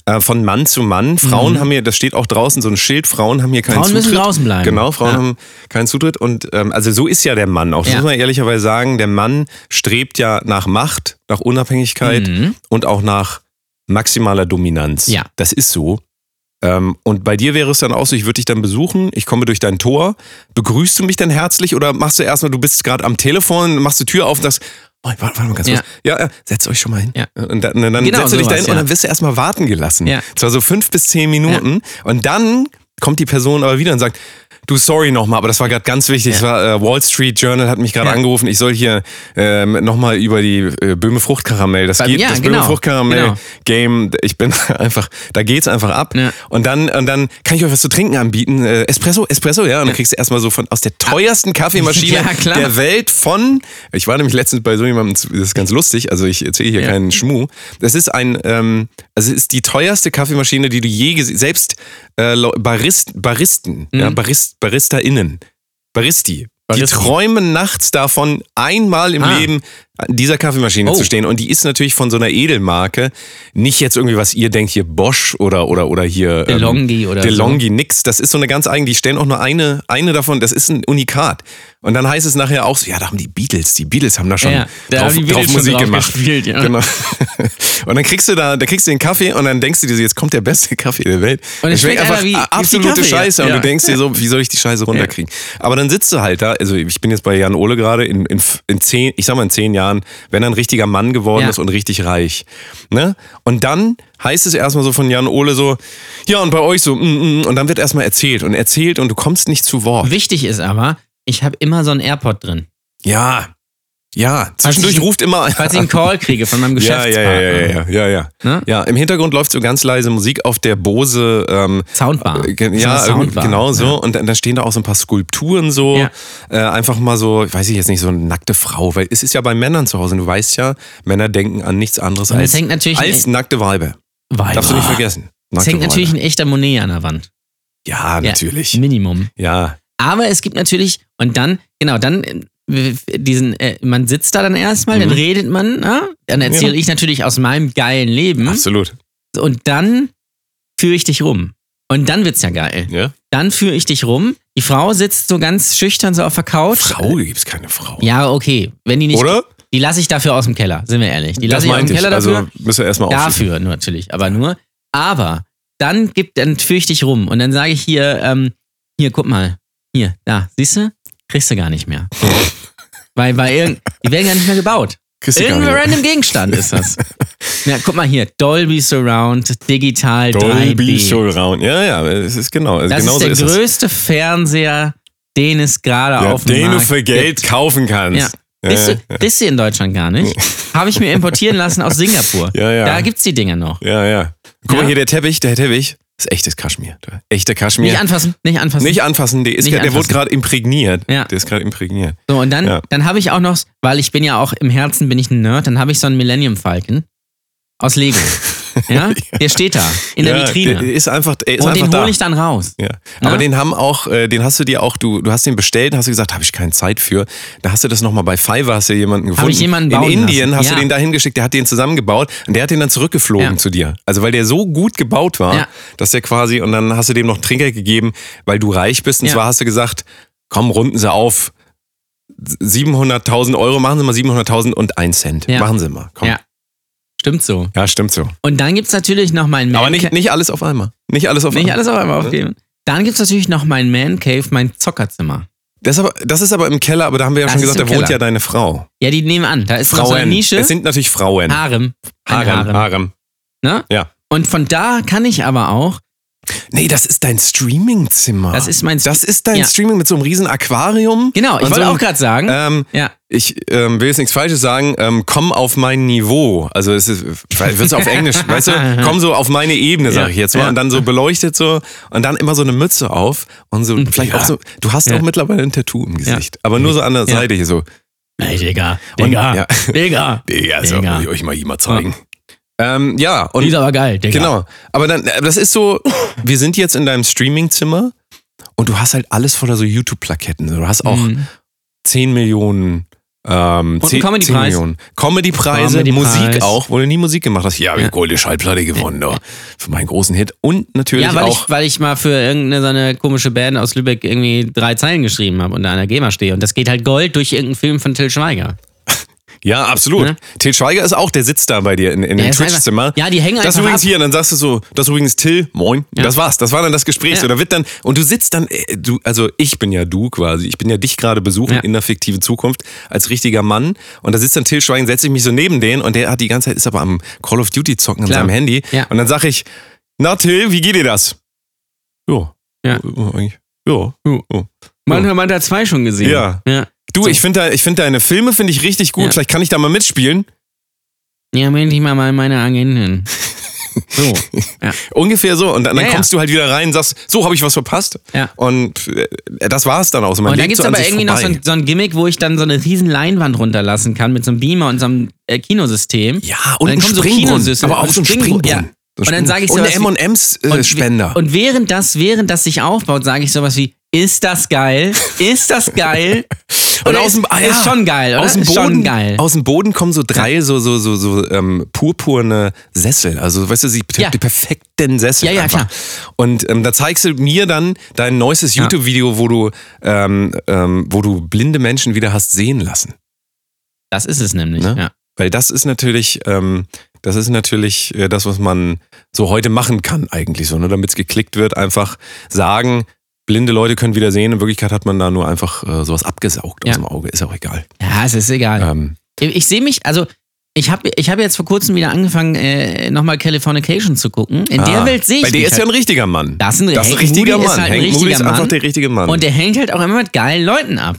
äh, von Mann zu Mann. Frauen haben hier, das steht auch draußen so ein Schild, Frauen haben hier keinen Mhm. Frauen Zutritt. müssen draußen bleiben. Genau, Frauen Ja. haben keinen Zutritt. Und ähm, also so ist ja der Mann auch. Das Ja. muss man ehrlicherweise sagen, der Mann strebt ja nach Macht, nach Unabhängigkeit und auch nach maximaler Dominanz. Mhm. Ja. Das ist so. Ähm, und bei dir wäre es dann auch so, ich würde dich dann besuchen, ich komme durch dein Tor, begrüßt du mich dann herzlich oder machst du erstmal, du bist gerade am Telefon, machst du Tür auf und sagst, oh, warte, warte mal ganz Ja. kurz. Ja, ja, setz euch schon mal hin. Ja. Und dann, dann Genau setzt du dich sowas, da hin und ja. dann wirst du erstmal warten gelassen. Ja. Zwar so fünf bis zehn Minuten und dann kommt die Person aber wieder und sagt, du sorry nochmal, aber das war gerade ganz wichtig. Es war äh, Wall Street Journal hat mich gerade Ja. angerufen, ich soll hier ähm, nochmal über die äh, Böhme Fruchtkaramell, das Beim- geht, ja, das genau, Böhme Fruchtkaramell genau. Game, ich bin einfach, da geht's einfach ab. Ja. Und dann, und dann kann ich euch was zu trinken anbieten. Äh, Espresso, Espresso, ja. Und dann kriegst du erstmal so von aus der teuersten Kaffeemaschine Ja, klar. der Welt von. Ich war nämlich letztens bei so jemandem, zu- das ist ganz lustig, also ich erzähle hier Ja. keinen Schmuh. Das ist ein, ähm, also es ist die teuerste Kaffeemaschine, die du je gesehen Selbst äh, Leu- Barist, Baristen, ja, Barist, BaristaInnen, Baristi. Die Mhm. Baristen. träumen nachts davon, einmal im Ah. Leben an dieser Kaffeemaschine Oh. zu stehen. Und die ist natürlich von so einer Edelmarke. Nicht jetzt irgendwie, was ihr denkt, hier Bosch oder, oder, oder hier. ähm, DeLonghi oder so. DeLonghi, nix. Das ist so eine ganz eigene. Die stellen auch nur eine, eine davon. Das ist ein Unikat. Und dann heißt es nachher auch so, ja, da haben die Beatles, die Beatles haben da schon Ja, ja. Da drauf, haben die drauf Beatles schon Musik drauf gemacht. gespielt, ja. Genau. Und dann kriegst du da, da kriegst du den Kaffee und dann denkst du dir, so, jetzt kommt der beste Kaffee der Welt. Und es Der schmeckt einfach wie- wie absolute Kaffee, ja. Scheiße. Und Ja. du denkst dir so, wie soll ich die Scheiße runterkriegen? Aber dann sitzt du halt da, also ich bin jetzt bei Jan Ole gerade, in, in, in zehn, ich sag mal in zehn Jahren, wenn er ein richtiger Mann geworden Ja. ist und richtig reich. Ne? Und dann heißt es erstmal so von Jan Ole so, ja und bei euch so, mm, mm, und dann wird erstmal erzählt und erzählt und du kommst nicht zu Wort. Wichtig ist aber, ich habe immer so einen AirPod drin. Ja, ja, zwischendurch ich- ruft immer Falls ich einen Call kriege von meinem ja, Geschäftspartner. ja, ja, ja, ja, ja, ja. Ne? Ja, im Hintergrund läuft so ganz leise Musik auf der Bose ähm, Soundbar. Ah, Äh, So ge- eine Ja, irgendwie Soundbar. genau so. Und dann, dann stehen da auch so ein paar Skulpturen so. Ja. Äh, einfach mal so, ich weiß ich jetzt nicht, so eine nackte Frau. Weil es ist ja bei Männern zu Hause. Du weißt ja, Männer denken an nichts anderes Und es als, hängt natürlich- als nackte Weiber. Weiber. Darfst du nicht vergessen. Es Nackte hängt Weiber. natürlich ein echter Monet an der Wand. Ja, Ja, Hm? natürlich. Ja. Minimum. Aber es gibt natürlich, und dann, genau, dann äh, diesen, äh, man sitzt da dann erstmal, dann Mhm. redet man, na? dann erzähle Ja. ich natürlich aus meinem geilen Leben Absolut. und dann führe ich dich rum. Und dann wird's ja geil. Ja? Dann führe ich dich rum. Die Frau sitzt so ganz schüchtern so auf der Couch. Frau gibt's keine Frau. Äh, Ja, okay. Wenn die nicht. Oder? Die lasse ich dafür aus dem Keller, sind wir ehrlich. Die das lasse ich aus dem meinte ich. Keller dafür. Also müssen wir erstmal aufschließen. Dafür nur natürlich, aber nur. Aber dann gibt, dann führe ich dich rum und dann sage ich hier, ähm, hier, guck mal, hier, da, siehst du? Kriegst du gar nicht mehr. Weil bei irgend, die werden gar nicht mehr gebaut. Kriegst du gar Irgendein nicht mehr. random Gegenstand ist das. Na, guck mal hier, Dolby Surround, digital Dolby 3D. Surround. Ja, ja, es ist genau. das genau ist der so ist es. größte Fernseher, den es gerade Ja, auf dem den du Markt für Geld gibt. kaufen Ja. kannst. Bist du, bist du in Deutschland gar nicht? Habe ich mir importieren lassen aus Singapur. Ja, ja. Da gibt's die Dinger noch. Ja, ja. Guck Ja. mal hier, der Teppich, der Teppich ist echtes Kaschmir. Der Echte Kaschmir. Nicht anfassen, nicht anfassen. Nicht anfassen, der, ist, Nicht der anfassen. wurde gerade imprägniert. Ja. Der ist gerade imprägniert. So, und dann, Ja. dann habe ich auch noch, weil ich bin ja auch im Herzen bin ich ein Nerd, dann habe ich so einen Millennium Falcon aus Lego. ja? Der steht da in der ja, Der, Vitrine. der ist einfach, der ist und einfach den da. hole ich dann raus. ja. Na? Aber den haben auch, äh, den hast du dir auch, du, du hast den bestellt, hast du gesagt, habe ich keine Zeit für. Da hast du das nochmal bei Fiverr, hast du jemanden gefunden. ich jemanden In bauen Indien lassen. hast Ja. du den da hingeschickt, der hat den zusammengebaut und der hat den dann zurückgeflogen Ja. zu dir. Also weil der so gut gebaut war, Ja. dass der quasi, und dann hast du dem noch Trinkgeld gegeben, weil du reich bist. Und Ja. zwar hast du gesagt, komm, runden sie auf. 700.000 Euro, machen Sie mal 700.000 und 1 Cent. Ja. Machen Sie mal. Komm. Ja. Stimmt so. ja, stimmt so. Und dann gibt's natürlich noch meinen Man Aber nicht, nicht alles auf einmal. Nicht alles auf nicht einmal. alles auf einmal aufgeben. Dann gibt's natürlich noch meinen Man Cave, mein Zockerzimmer. Das, ist aber, das ist aber im Keller, aber da haben wir ja Das schon ist gesagt, im da wohnt Keller. ja deine Frau. Ja, die nehmen an. Da ist noch so eine Frauen. Nische. Es sind natürlich Frauen. Harem. Ein Harem. Harem. Ne? Ja. Und von da kann ich aber auch, Nee, das ist dein Streamingzimmer. das ist mein. Das ist dein Ja. Streaming mit so einem riesen Aquarium. genau, ich Und so wollte einem- auch gerade sagen. Ähm, ja. ich ähm, will jetzt nichts Falsches sagen, ähm, komm auf mein Niveau. Also es ist, wird's auf Englisch, weißt du, komm so auf meine Ebene, sag Ja, ich jetzt mal. ja. Und dann so beleuchtet so und dann immer so eine Mütze auf und so vielleicht auch so, du hast Ja. auch mittlerweile ein Tattoo im Gesicht, aber nur so an der Ja. Seite hier so. Ey, Digga. Digga. Und- ja. Digga. Ja, so, Digga. muss ich euch mal jemand zeigen. Ähm, ja, und Die ist aber geil, Digga. Genau. Aber dann, aber das ist so, wir sind jetzt in deinem Streamingzimmer und du hast halt alles voller so YouTube-Plaketten. Du hast auch Mhm. 10 Millionen Ähm, Und 10, Comedy-Preis. Millionen. Comedy-Preise, Comedy-Preis. Musik auch, wo du nie Musik gemacht hast. Ja, hab ich Ja. ja. goldene Schallplatte gewonnen, doch. Für meinen großen Hit. Und natürlich Ja, weil auch. ich, weil ich mal für irgendeine so eine komische Band aus Lübeck irgendwie drei Zeilen geschrieben habe und da an der GEMA stehe. Und das geht halt Gold durch irgendeinen Film von Till Schweiger. ja, absolut. Ne? Till Schweiger ist auch, der sitzt da bei dir in, in Der dem ist einfach- Twitch-Zimmer. Ja, die hängen Das einfach übrigens ab. hier, und dann sagst du so, das ist übrigens Till, moin. Das war's, das war dann das Gespräch. Ja. So, da wird dann, und du sitzt dann, äh, du, also ich bin ja du quasi, ich bin ja dich gerade besuchen Ja. in der fiktiven Zukunft als richtiger Mann. Und da sitzt dann Till Schweiger, setze ich mich so neben den und der hat die ganze Zeit, ist aber am Call of Duty zocken an Klar. seinem Handy. Ja. Und dann sag ich, na Till, wie geht dir das? Ja. Äh, Ja. Eigentlich. Ja. Manchmal hat er zwei schon gesehen. Ja. Ja, Du, So. ich finde da, ich find deine Filme finde ich richtig gut. Ja. Vielleicht kann ich da mal mitspielen. ja melde ich mal mal meine Agentin. So. Ja. Ungefähr so. Und dann, dann Ja, ja. kommst du halt wieder rein und sagst, so habe ich was verpasst. Ja. Und äh, das war's dann auch. So, man Und da lebt gibt es so an aber sich irgendwie noch so vorbei. ein, so ein Gimmick, wo ich dann so eine riesen Leinwand runterlassen kann mit so einem Beamer und so einem äh, Kinosystem. Ja, Und dann und ein kommen so Springbrunnen. Kinosüße. aber auch Und so ein Springbrunnen, Springbrunnen. ja. Und dann sag ich Und äh, sowas wie- eine Und- M&M's-Spender. Und während das, während das sich aufbaut, sage ich sowas wie, ist das geil? Ist das geil? Und Oder aus dem- ist, ah, ja. ist schon geil, oder? Aus dem ist schon Boden, geil. aus dem Boden kommen so drei so so so so ähm, purpurne Sessel. Also weißt du, die, Ja. die perfekten Sessel. Ja, ja, einfach. klar. Und ähm, da zeigst du mir dann dein neuestes Ja. YouTube-Video, wo du ähm, ähm, wo du blinde Menschen wieder hast sehen lassen. das ist es nämlich, Ne? ja. Weil das ist natürlich ähm, das ist natürlich äh, das, was man so heute machen kann eigentlich so, ne? damit es geklickt wird. Einfach sagen. Blinde Leute können wieder sehen. In Wirklichkeit hat man da nur einfach äh, sowas abgesaugt Ja. aus dem Auge. Ist auch egal. Ja, es ist egal. Ähm, Ich, ich sehe mich, also ich habe ich hab jetzt vor kurzem wieder angefangen, äh, nochmal Californication zu gucken. In der Ah, Welt sehe ich Bei dir mich ist ja halt. ein richtiger Mann. Das ist ein- Hank richtiger Moody ist halt ein Mann. Hank Moody richtiger ist einfach Mann. der richtige Mann. Und der hängt halt auch immer mit geilen Leuten ab.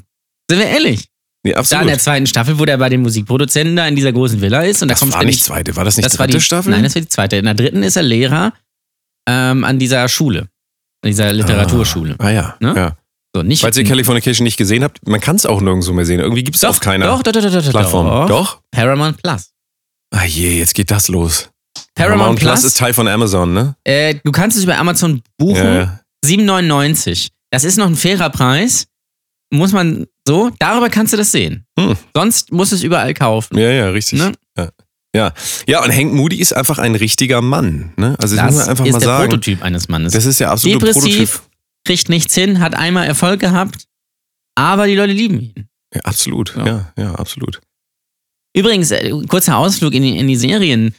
Sind wir ehrlich? nee, Da absolut. in der zweiten Staffel, wo der bei den Musikproduzenten da in dieser großen Villa ist und da das kommt war nicht ständig zweite. War das nicht das war dritte die Staffel? Nein, das war die zweite. In der dritten ist er Lehrer ähm, an dieser Schule, an dieser Literaturschule. Ah, ah ja. Ne? ja. So, nicht Falls ihr Californication nicht gesehen habt, man kann es auch nirgendwo mehr sehen. Irgendwie gibt es doch, auf keiner doch, doch, doch, doch, doch, Plattform. Doch. Doch? Paramount Plus. Ah je, jetzt geht das los. Paramount, Plus, Mhm. ist Teil von Amazon, ne? äh, du kannst es über Amazon buchen. Ja, ja. 7,99. Das ist noch ein fairer Preis. Muss man so, darüber kannst du das sehen. Hm. Sonst musst du es überall kaufen. ja, ja, richtig. Ne? Ja. ja. Ja, und Hank Moody ist einfach ein richtiger Mann. Ne? Also das, muss Das man einfach ist mal der sagen. Prototyp eines Mannes. Das ist ja absolute Depressiv, Prototyp. kriegt nichts hin, hat einmal Erfolg gehabt, aber die Leute lieben ihn. Ja, absolut. Ja. Ja, ja, absolut. Übrigens, äh, kurzer Ausflug in die, in die Serienwelt.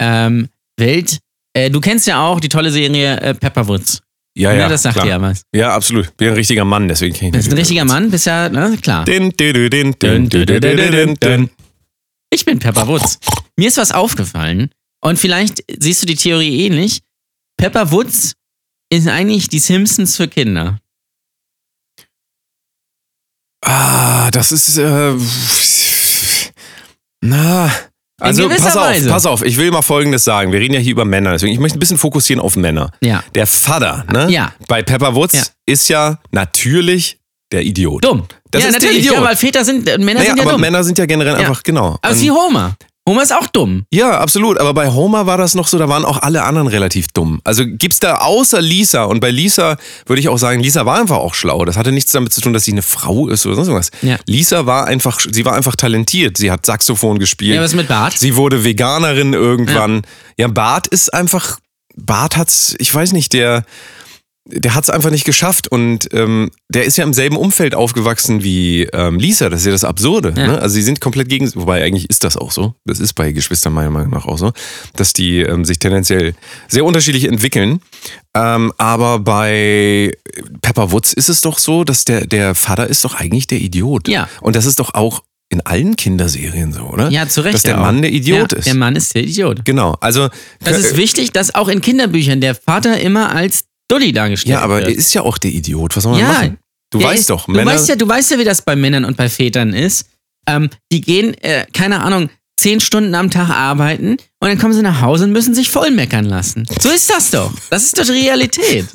Ähm, Welt. äh, du kennst ja auch die tolle Serie äh, Pepperwoods. Ja, ja. ne, das sagt klar. dir ja was. Ja, absolut. Bin ein richtiger Mann, deswegen kenne ich Du bist ein natürlich richtiger Mann, bist ja, ne, klar. Din, dü, dü, din, din, dü, dü, dü, dü, din, din. Ich bin Pepperwoods. Mir ist was aufgefallen und vielleicht siehst du die Theorie ähnlich. Pepperwoods ist eigentlich die Simpsons für Kinder. Ah, das ist. Äh, na. Also, gewisser pass auf, Weise. pass auf, ich will mal Folgendes sagen. Wir reden ja hier über Männer, deswegen ich möchte ein bisschen fokussieren auf Männer. Ja. Der Vater, ne? Ja. Bei Pepper Woods Ja. ist ja natürlich der Idiot. Dumm. Das ja, ist der natürlich, Idiot. ja, weil Väter sind, äh, Männer naja, sind ja aber dumm. Männer sind ja generell einfach, genau. aber es ist wie Ähm, Homer. Homer ist auch dumm. ja, absolut. Aber bei Homer war das noch so, da waren auch alle anderen relativ dumm. Also gibt's da außer Lisa, und bei Lisa würde ich auch sagen, Lisa war einfach auch schlau. Das hatte nichts damit zu tun, dass sie eine Frau ist oder sonst irgendwas. Ja. Lisa war einfach, sie war einfach talentiert. Sie hat Saxophon gespielt. Ja, was mit Bart? Sie wurde Veganerin irgendwann. Ja, Bart ist einfach, Bart hat's, ich weiß nicht, der, der hat's einfach nicht geschafft und ähm, der ist ja im selben Umfeld aufgewachsen wie ähm, Lisa. Das ist ja das Absurde. Ja. Ne? Also sie sind komplett gegen, wobei eigentlich ist das auch so. Das ist bei Geschwistern meiner Meinung nach auch so, dass die ähm, sich tendenziell sehr unterschiedlich entwickeln. Ähm, aber bei Pepper Woods ist es doch so, dass der, der Vater ist doch eigentlich der Idiot. Ja. Und das ist doch auch in allen Kinderserien so, oder? Ja, zu Recht. Ne? Dass der ja auch. Mann der Idiot ja, ist. Der Mann ist der Idiot. Genau, also. Das ist wichtig, dass auch in Kinderbüchern der Vater immer als Dulli dargestellt ja, aber er wird. ist ja auch der Idiot. Was soll man Ja, machen? Du Der weißt ist- doch, du Männer. Weißt ja, du weißt ja, wie das bei Männern und bei Vätern ist. Ähm, die gehen, äh, keine Ahnung, zehn Stunden am Tag arbeiten und dann kommen sie nach Hause und müssen sich voll meckern lassen. So ist das doch. Das ist doch die Realität.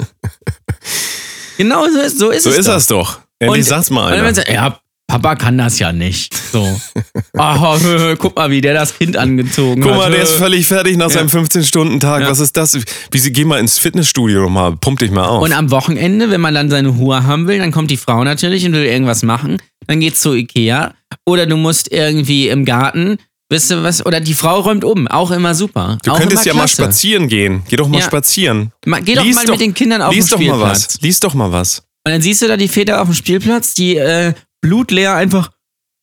genau so ist, so ist so es. ist doch. das doch. Endlich sag's mal Und dann einer. sagt, ja, Papa kann das ja nicht. So. Ach, guck mal, wie der das Kind angezogen Guck hat. mal, der ist völlig fertig nach seinem 15-Stunden-Tag. Ja. Was ist das? Wie sie geh mal ins Fitnessstudio nochmal, pump dich mal auf. Und am Wochenende, wenn man dann seine Ruhe haben will, dann kommt die Frau natürlich und will irgendwas machen. Dann geht's zu Ikea Oder du musst irgendwie im Garten, wisst ihr was? Oder die Frau räumt um, auch immer super. Du auch könntest ja immer mal klasse. spazieren gehen. Geh doch mal Ja. spazieren. Ma- Geh doch Lies mal mit den Kindern auf den lies doch mal Spielplatz. was. Lies doch mal was. Und dann siehst du da die Väter auf dem Spielplatz, die äh, blutleer einfach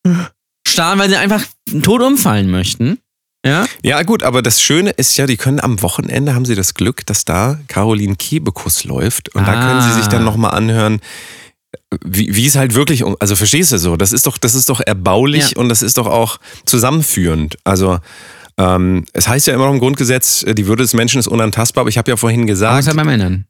äh, starren, weil sie einfach tot umfallen möchten. Ja? Ja, gut, aber das Schöne ist ja, die können am Wochenende haben sie das Glück, dass da Caroline Kebekus läuft und da können sie sich dann Ah. nochmal anhören, wie, wie es halt wirklich, um- also verstehst du so, das ist doch, das ist doch erbaulich Ja. und das ist doch auch zusammenführend. Also, ähm, es heißt ja immer noch im Grundgesetz, die Würde des Menschen ist unantastbar, aber ich habe ja vorhin gesagt, Außer bei Männern.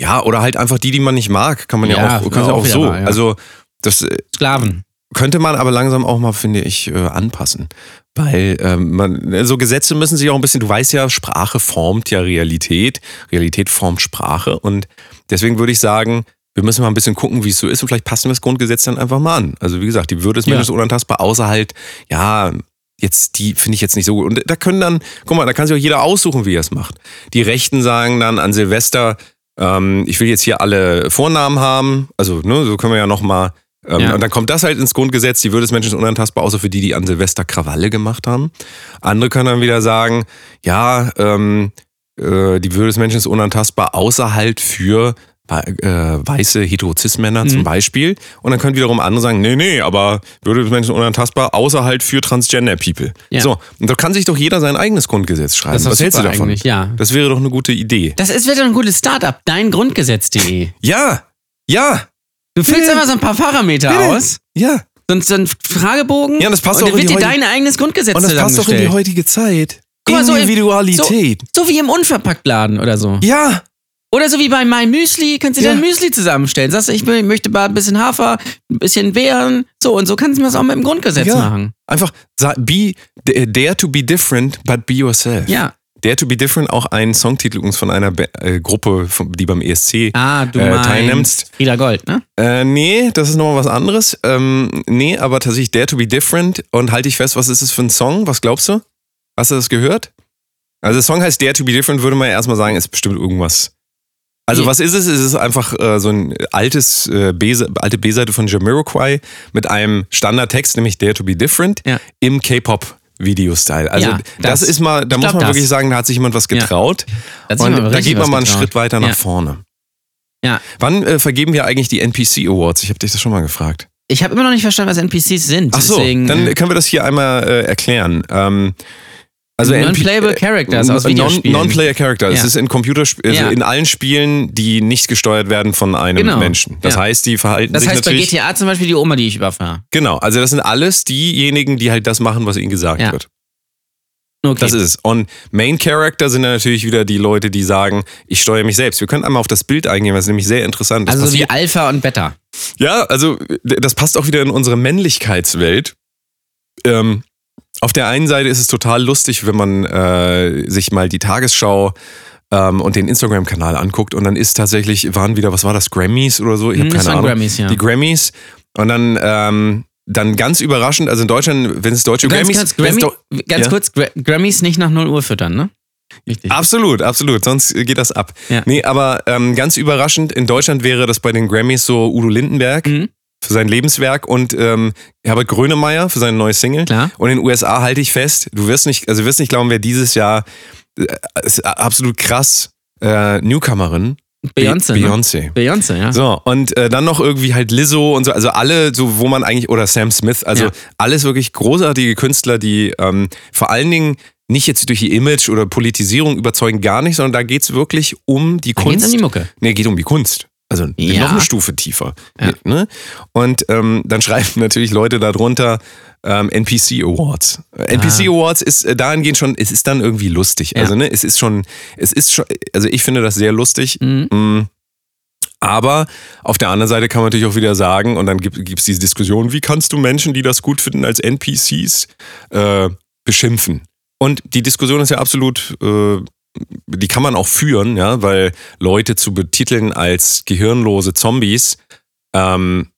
ja, oder halt einfach die, die man nicht mag, kann man ja, Ja, auch, kann ja auch auch wieder so. wahr, ja. Also, das äh, Sklaven. könnte man aber langsam auch mal, finde ich, äh, anpassen. Weil ähm, man, so Gesetze müssen sich auch ein bisschen, du weißt ja, Sprache formt ja Realität, Realität formt Sprache und deswegen würde ich sagen, wir müssen mal ein bisschen gucken, wie es so ist und vielleicht passen wir das Grundgesetz dann einfach mal an. Also wie gesagt, die Würde des Ja. Menschen ist unantastbar, außer halt, ja, jetzt die finde ich jetzt nicht so gut. Und da können dann, guck mal, da kann sich auch jeder aussuchen, wie er es macht. Die Rechten sagen dann an Silvester, ähm, ich will jetzt hier alle Vornamen haben, also ne, so können wir ja nochmal, ähm, Ja. und dann kommt das halt ins Grundgesetz, die Würde des Menschen ist unantastbar, außer für die, die an Silvester Krawalle gemacht haben. Andere können dann wieder sagen, ja, ähm, äh, die Würde des Menschen ist unantastbar, außer halt für äh, weiße Hetero-Cis-Männer Mhm. zum Beispiel. Und dann können wiederum andere sagen, nee, nee, aber Würde des Menschen ist unantastbar, außer halt für Transgender-People. Ja. So, und da kann sich doch jeder sein eigenes Grundgesetz schreiben. Das ist doch Also, Was hältst du super davon? eigentlich, ja. Das wäre doch eine gute Idee. Das ist wieder ein gutes Startup, deingrundgesetz.de. Ja, ja, Du Äh. füllst einfach so ein paar Parameter aus, ja. so ein, so ein Fragebogen. Ja, das passt und auch dann in wird die dir heutige- dein eigenes Grundgesetz Und das passt doch in die zusammengestellt. heutige Zeit. Guck mal, so im- Individualität. So, so wie im Unverpacktladen oder so. ja. Oder so wie bei My Müsli, kannst du Ja. dein Müsli zusammenstellen. Sagst du, ich will- möchte mal ein bisschen Hafer, ein bisschen Beeren, so und so kannst du das auch mit dem Grundgesetz Ja. machen. Einfach sa- be d- dare to be different, but be yourself. Ja. Dare to be different, auch ein Songtitel uns von einer Be äh, Gruppe, von, die beim ESC. Ah, du Äh, meinst teilnimmst. Frieda Gold, ne? Äh, nee, das ist nochmal was anderes. Ähm, nee, aber tatsächlich Dare to be different und halte ich fest, was ist es für ein Song? Was glaubst du? Hast du das gehört? Also der Song heißt Dare to be different, würde man ja erstmal sagen, ist bestimmt irgendwas. Also Ja. was ist es? Es ist einfach äh, so ein altes äh, B alte B-Seite von Jamiroquai mit einem Standardtext, nämlich Dare to be different Ja. im K-Pop. Video-Style. Also, Ja, das, das. ist mal, Ich da muss glaub, man das. wirklich sagen, da hat sich jemand was Ja. getraut. Da hat sich Und mal da richtig geht man was mal einen getraut. Schritt weiter nach Ja. vorne. Ja. Wann äh, vergeben wir eigentlich die NPC Awards? Ich habe dich das schon mal gefragt. Ich habe immer noch nicht verstanden, was NPCs sind. Ach so, deswegen, dann äh, können wir das hier einmal äh, erklären. Ähm, also Non-playable Characters aus Videospielen. Non, non-player Character. Es Ja. ist in Computerspielen, also Ja. in allen Spielen, die nicht gesteuert werden von einem Genau. Menschen. Das Ja. heißt, die verhalten das sich heißt bei natürlich. GTA zum Beispiel die Oma, die ich überfahre. genau, also das sind alles diejenigen, die halt das machen, was ihnen gesagt Ja. wird. Okay. Das ist es. Und Main Character sind dann natürlich wieder die Leute, die sagen, ich steuere mich selbst. Wir können einmal auf das Bild eingehen, was nämlich sehr interessant ist. also so Passiert- wie Alpha und Beta. Ja, also d- das passt auch wieder in unsere Männlichkeitswelt. Ähm, auf der einen Seite ist es total lustig, wenn man äh, sich mal die Tagesschau ähm, und den Instagram-Kanal anguckt und dann ist tatsächlich, waren wieder, was war das, Grammys oder so? Ich habe Hm, das keine waren Ahnung. Grammys, ja. Die Grammys. Und dann, ähm, dann ganz überraschend, also in Deutschland, wenn es deutsche Ganz, Grammys... ganz, wenn's Grammy, Deu- ganz Ja? kurz, Gra Grammys nicht nach 0 Uhr füttern, ne? Richtig. Absolut, absolut. Sonst äh, geht das ab. Ja. Nee, aber ähm, ganz überraschend, in Deutschland wäre das bei den Grammys so Udo Lindenberg Mhm. für sein Lebenswerk und ähm, Herbert Grönemeyer für seine neue Single. Klar. Und in den USA halte ich fest, du wirst nicht, also wirst nicht glauben, wer dieses Jahr äh, ist a- absolut krass äh, Newcomerin. Beyoncé. Be- ne? Beyoncé. Beyoncé, ja. So, und äh, dann noch irgendwie halt Lizzo und so, also alle, so wo man eigentlich, oder Sam Smith, also Ja. alles wirklich großartige Künstler, die ähm, vor allen Dingen nicht jetzt durch ihr Image oder Politisierung überzeugen, gar nicht, sondern da geht's wirklich um die Geht's Kunst. an die Mucke. Nee, geht um die Kunst. Also Ja. noch eine Stufe tiefer. Ja. Ne? Und ähm, dann schreiben natürlich Leute darunter ähm, NPC Awards. Äh, NPC Awards ist äh, dahingehend schon, es ist dann irgendwie lustig. Ah. Ja. Also ne, es ist schon, es ist schon, also ich finde das sehr lustig. Mhm. Mm. Aber auf der anderen Seite kann man natürlich auch wieder sagen, und dann gibt es diese Diskussion, wie kannst du Menschen, die das gut finden, als NPCs äh, beschimpfen? Und die Diskussion ist ja absolut, äh, die kann man auch führen, ja, weil Leute zu betiteln als gehirnlose Zombies, ähm,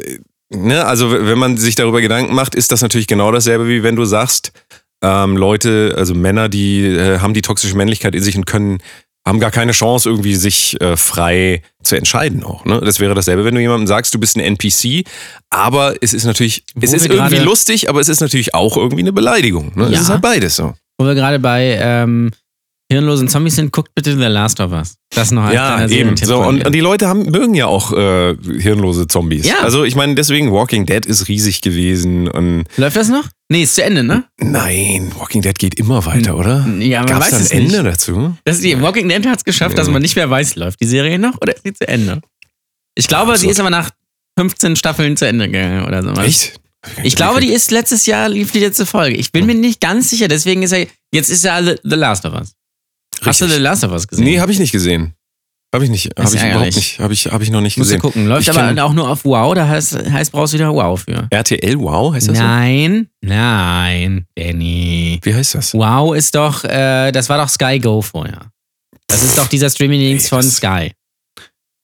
äh, ne, also w- wenn man sich darüber Gedanken macht, ist das natürlich genau dasselbe, wie wenn du sagst, ähm, Leute, also Männer, die äh, haben die toxische Männlichkeit in sich und können haben gar keine Chance, irgendwie sich äh, frei zu entscheiden auch. Ne? Das wäre dasselbe, wenn du jemandem sagst, du bist ein NPC, aber es ist natürlich, es Wo ist wir irgendwie gerade- lustig, aber es ist natürlich auch irgendwie eine Beleidigung. Ne? Ja. Es ist halt beides so. Wo wir gerade bei ähm, hirnlosen Zombies sind, guckt bitte The Last of Us. Das noch als Ja, kleiner eben. Serientipp So, von und, mir. und die Leute haben, mögen ja auch äh, hirnlose Zombies. Ja. Also ich meine, deswegen Walking Dead ist riesig gewesen und Läuft das noch? Nee, ist zu Ende, ne? nein, Walking Dead geht immer weiter, Ja, oder? Hm. man Hm. Gab's weiß da ein es Ende nicht. dazu? Das ist die Walking Dead hat es geschafft, dass man nicht mehr weiß, läuft die Serie noch oder ist sie zu Ende? Ich glaube, sie Absurd. ist aber nach 15 Staffeln zu Ende gegangen oder so. Echt? Ich glaube, die ist letztes Jahr lief die letzte Folge. Ich Hm. bin mir nicht ganz sicher, deswegen ist er jetzt ist ja The The Last of Us. Hast du Richtig. The Last of Us gesehen? Nee, habe ich nicht gesehen. Habe ich nicht. Habe Ist ich überhaupt ärgerlich. nicht. Habe ich, hab ich noch nicht Musst du gesehen. gucken. Läuft Ich kenn- aber auch nur auf Wow, da heißt, heißt brauchst du wieder Wow für. RTL Wow heißt das Nein, nein, Danny. so? Wie heißt das? Wow ist doch, äh, das war doch Sky Go vorher. Das ist doch dieser Streaming-Dienst Ey, von das- Sky.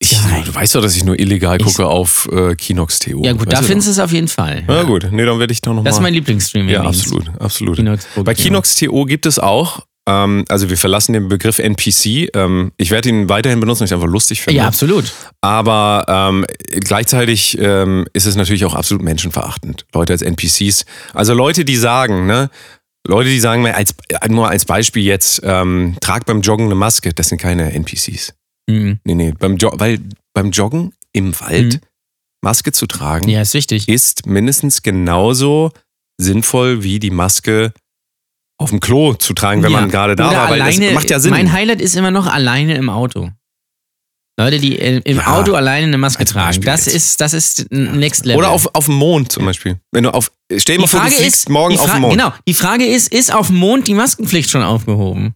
Ich, Nein. du weißt doch, dass ich nur illegal gucke auf äh, Kinox.to. Ja gut, weißt da du findest du es auf jeden Fall. doch. Na gut, nee, dann werde ich doch noch Das ist mal. mein Lieblingsstreaming. ja, absolut, absolut. Kinox. Bei Kinox.to gibt es auch, ähm, also wir verlassen den Begriff NPC. Ähm, ich werde ihn weiterhin benutzen, weil ich es einfach lustig finde. Ja, absolut. Aber ähm, gleichzeitig ähm, ist es natürlich auch absolut menschenverachtend. Leute als NPCs. Also Leute, die sagen, ne? Leute, die sagen, mal als, äh, nur als Beispiel jetzt, ähm, trag beim Joggen eine Maske, das sind keine NPCs. Mhm. Nee, nee, beim jo weil beim Joggen im Wald Mhm. Maske zu tragen Ja, ist wichtig. ist mindestens genauso sinnvoll wie die Maske auf dem Klo zu tragen, wenn Ja. man gerade da Oder war, weil das macht ja Sinn. Mein Highlight ist immer noch alleine im Auto. Leute, die äh, im Ja. Auto alleine eine Maske Als tragen. Beispiel Das jetzt. ist, das ist ein Next Level. Oder auf, auf dem Mond zum Beispiel. Wenn du auf, stell dir mal vor, du fliegst morgen die auf Fra- den Mond. Genau, die Frage ist, ist auf dem Mond die Maskenpflicht schon aufgehoben?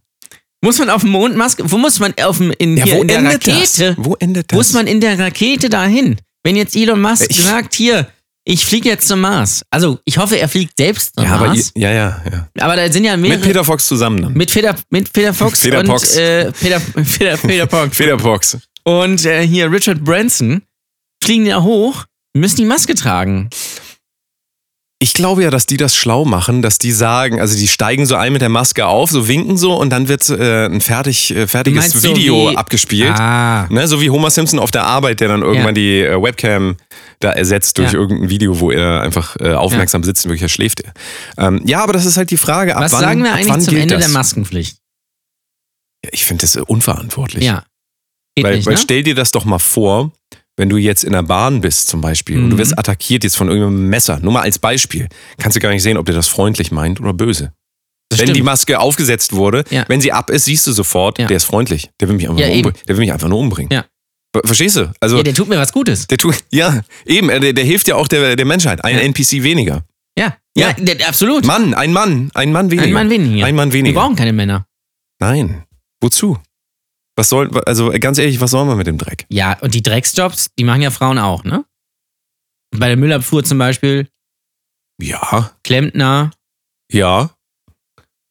Muss man auf dem Mond Maske, wo muss man auf dem, in, Ja, hier wo in der endet das? Rakete, Wo endet das? muss man in der Rakete dahin? Wenn jetzt Elon Musk Ich- sagt, hier, ich fliege jetzt zum Mars. Also, ich hoffe, er fliegt selbst zum ja, aber ihr, Mars. ja, ja, ja. Aber, da sind ja mehrere. Mit Peter Fox zusammen dann. mit Peter, mit Peter Fox Peter und Pox. Äh, Peter, Peter, Peter Fox. Peter Fox. und äh, hier Richard Branson fliegen ja hoch, müssen die Maske tragen. Ich glaube ja, dass die das schlau machen, dass die sagen, also die steigen so ein mit der Maske auf, so winken so und dann wird äh, ein fertig, äh, fertiges Meinst du, Video wie- abgespielt. Ah. Ne, so wie Homer Simpson auf der Arbeit, der dann irgendwann die äh, Webcam da ersetzt durch Ja. irgendein Video, wo er einfach äh, aufmerksam sitzt und wirklich da schläft er. Ähm, ja, aber das ist halt die Frage, ab Was wann, sagen wir ab wann eigentlich zum gilt Ende das? der Maskenpflicht? Ja, Ich finde das äh, unverantwortlich. Ja. Geht weil nicht, weil ne? stell dir das doch mal vor, wenn du jetzt in der Bahn bist zum Beispiel und du Mhm. wirst attackiert jetzt von irgendeinem Messer, nur mal als Beispiel, kannst du gar nicht sehen, ob der das freundlich meint oder böse. Das wenn die stimmt. Maske aufgesetzt wurde, Ja. wenn sie ab ist, siehst du sofort, Ja. der ist freundlich. Der will mich einfach, Ja, nur, eben. umbringen. Der will mich einfach nur umbringen. Ja. Ver- Verstehst du? Also ja, der tut mir was Gutes. Der tut, ja, eben, äh, der, der hilft ja auch der, der Menschheit. Ein Ja. NPC weniger. Ja. Ja. Ja, der, absolut. Mann, ein Mann, ein Mann weniger. Ein Mann weniger. Ein Mann Wir weniger. brauchen keine Männer. Nein. Wozu? Was soll, also äh, ganz ehrlich, was sollen wir mit dem Dreck? Ja, und die Drecksjobs, die machen ja Frauen auch, ne? Bei der Müllabfuhr zum Beispiel, Ja, Klempner, ja.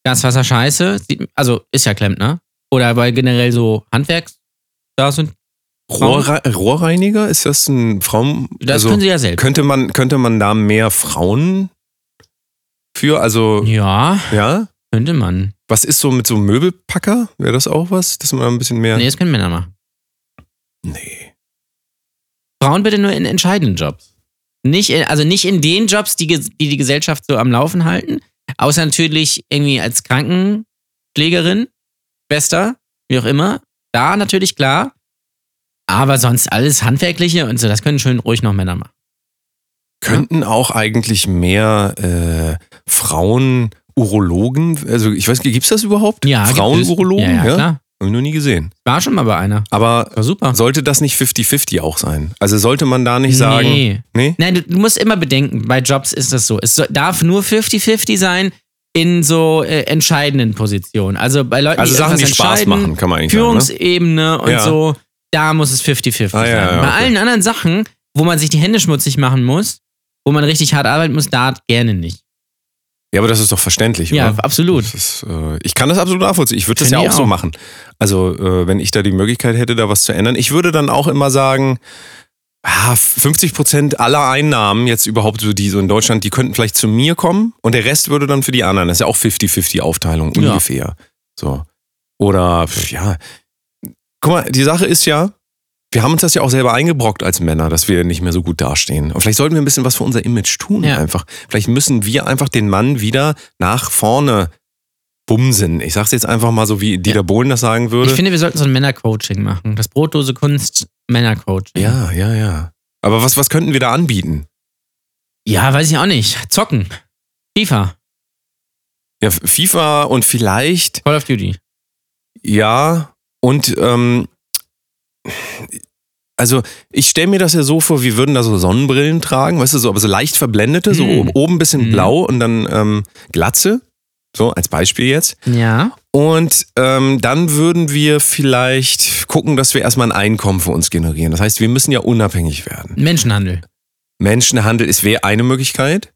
Gaswasser scheiße. Sieht- Also ist ja Klempner. Oder bei generell so Handwerks. Da sind. Frauen- Rohrre Rohrreiniger, ist das ein Frauen? Das also, können sie ja selbst. könnte man, könnte man da mehr Frauen für, also, Ja, ja. könnte man. Was ist so mit so einem Möbelpacker? Wäre das auch was? Dass man da ein bisschen mehr. Nee, das können Männer machen. nee. Frauen bitte nur in entscheidenden Jobs. Nicht in, also nicht in den Jobs, die, ge- die die Gesellschaft so am Laufen halten. Außer natürlich irgendwie als Krankenpflegerin, Schwester, wie auch immer. Da natürlich klar. Aber sonst alles Handwerkliche und so, das können schön ruhig noch Männer machen. Könnten auch eigentlich mehr äh, Frauen Urologen, also ich weiß, gibt's das überhaupt? Ja, gibt es. Frauen-Urologen? Ja, ja, klar. Also- Hab ich noch nie gesehen. War schon mal bei einer. Aber War super. sollte das nicht 50-50 auch sein? Also sollte man da nicht sagen, nee, Nee. Nein, du, du musst immer bedenken, bei Jobs ist das so. Es so- darf nur 50-50 sein in so äh, entscheidenden Positionen. Also bei Leuten, also die Sachen, die irgendwas Spaß entscheiden, machen, kann man eigentlich sagen. ne? Führungsebene und Ja. so, da muss es 50-50 Ah, sein. ja, ja, Bei okay. allen anderen Sachen, wo man sich die Hände schmutzig machen muss, wo man richtig hart arbeiten muss, da gerne nicht. Ne? Ja, aber das ist doch verständlich, Ja, oder? absolut. Das ist, äh, ich kann das absolut nachvollziehen. Ich würde das Finde ja auch, ich so auch. machen. Also, äh, wenn ich da die Möglichkeit hätte, da was zu ändern. Ich würde dann auch immer sagen, ah, 50 Prozent aller Einnahmen jetzt überhaupt so die so in Deutschland, die könnten vielleicht zu mir kommen und der Rest würde dann für die anderen. Das ist ja auch 50-50 Aufteilung Ja. ungefähr. So. Oder pf, ja, guck mal, die Sache ist ja, wir haben uns das ja auch selber eingebrockt als Männer, dass wir nicht mehr so gut dastehen. Und vielleicht sollten wir ein bisschen was für unser Image tun Ja. einfach. Vielleicht müssen wir einfach den Mann wieder nach vorne bumsen. Ich sag's jetzt einfach mal so, wie Dieter Bohlen das sagen würde. Ich finde, wir sollten so ein Männercoaching machen. Das brotlose Kunst Männercoaching. ja, ja, ja. Aber was, was könnten wir da anbieten? Ja, weiß ich auch nicht. Zocken. FIFA. Ja, FIFA und vielleicht, Call of Duty. ja, und ähm, also ich stelle mir das ja so vor, wir würden da so Sonnenbrillen tragen, weißt du, so, aber so leicht verblendete, so Mhm. oben, oben ein bisschen Mhm. blau und dann ähm, Glatze, so als Beispiel jetzt. Ja. Und ähm, dann würden wir vielleicht gucken, dass wir erstmal ein Einkommen für uns generieren. Das heißt, wir müssen ja unabhängig werden. Menschenhandel. Menschenhandel ist wär eine Möglichkeit.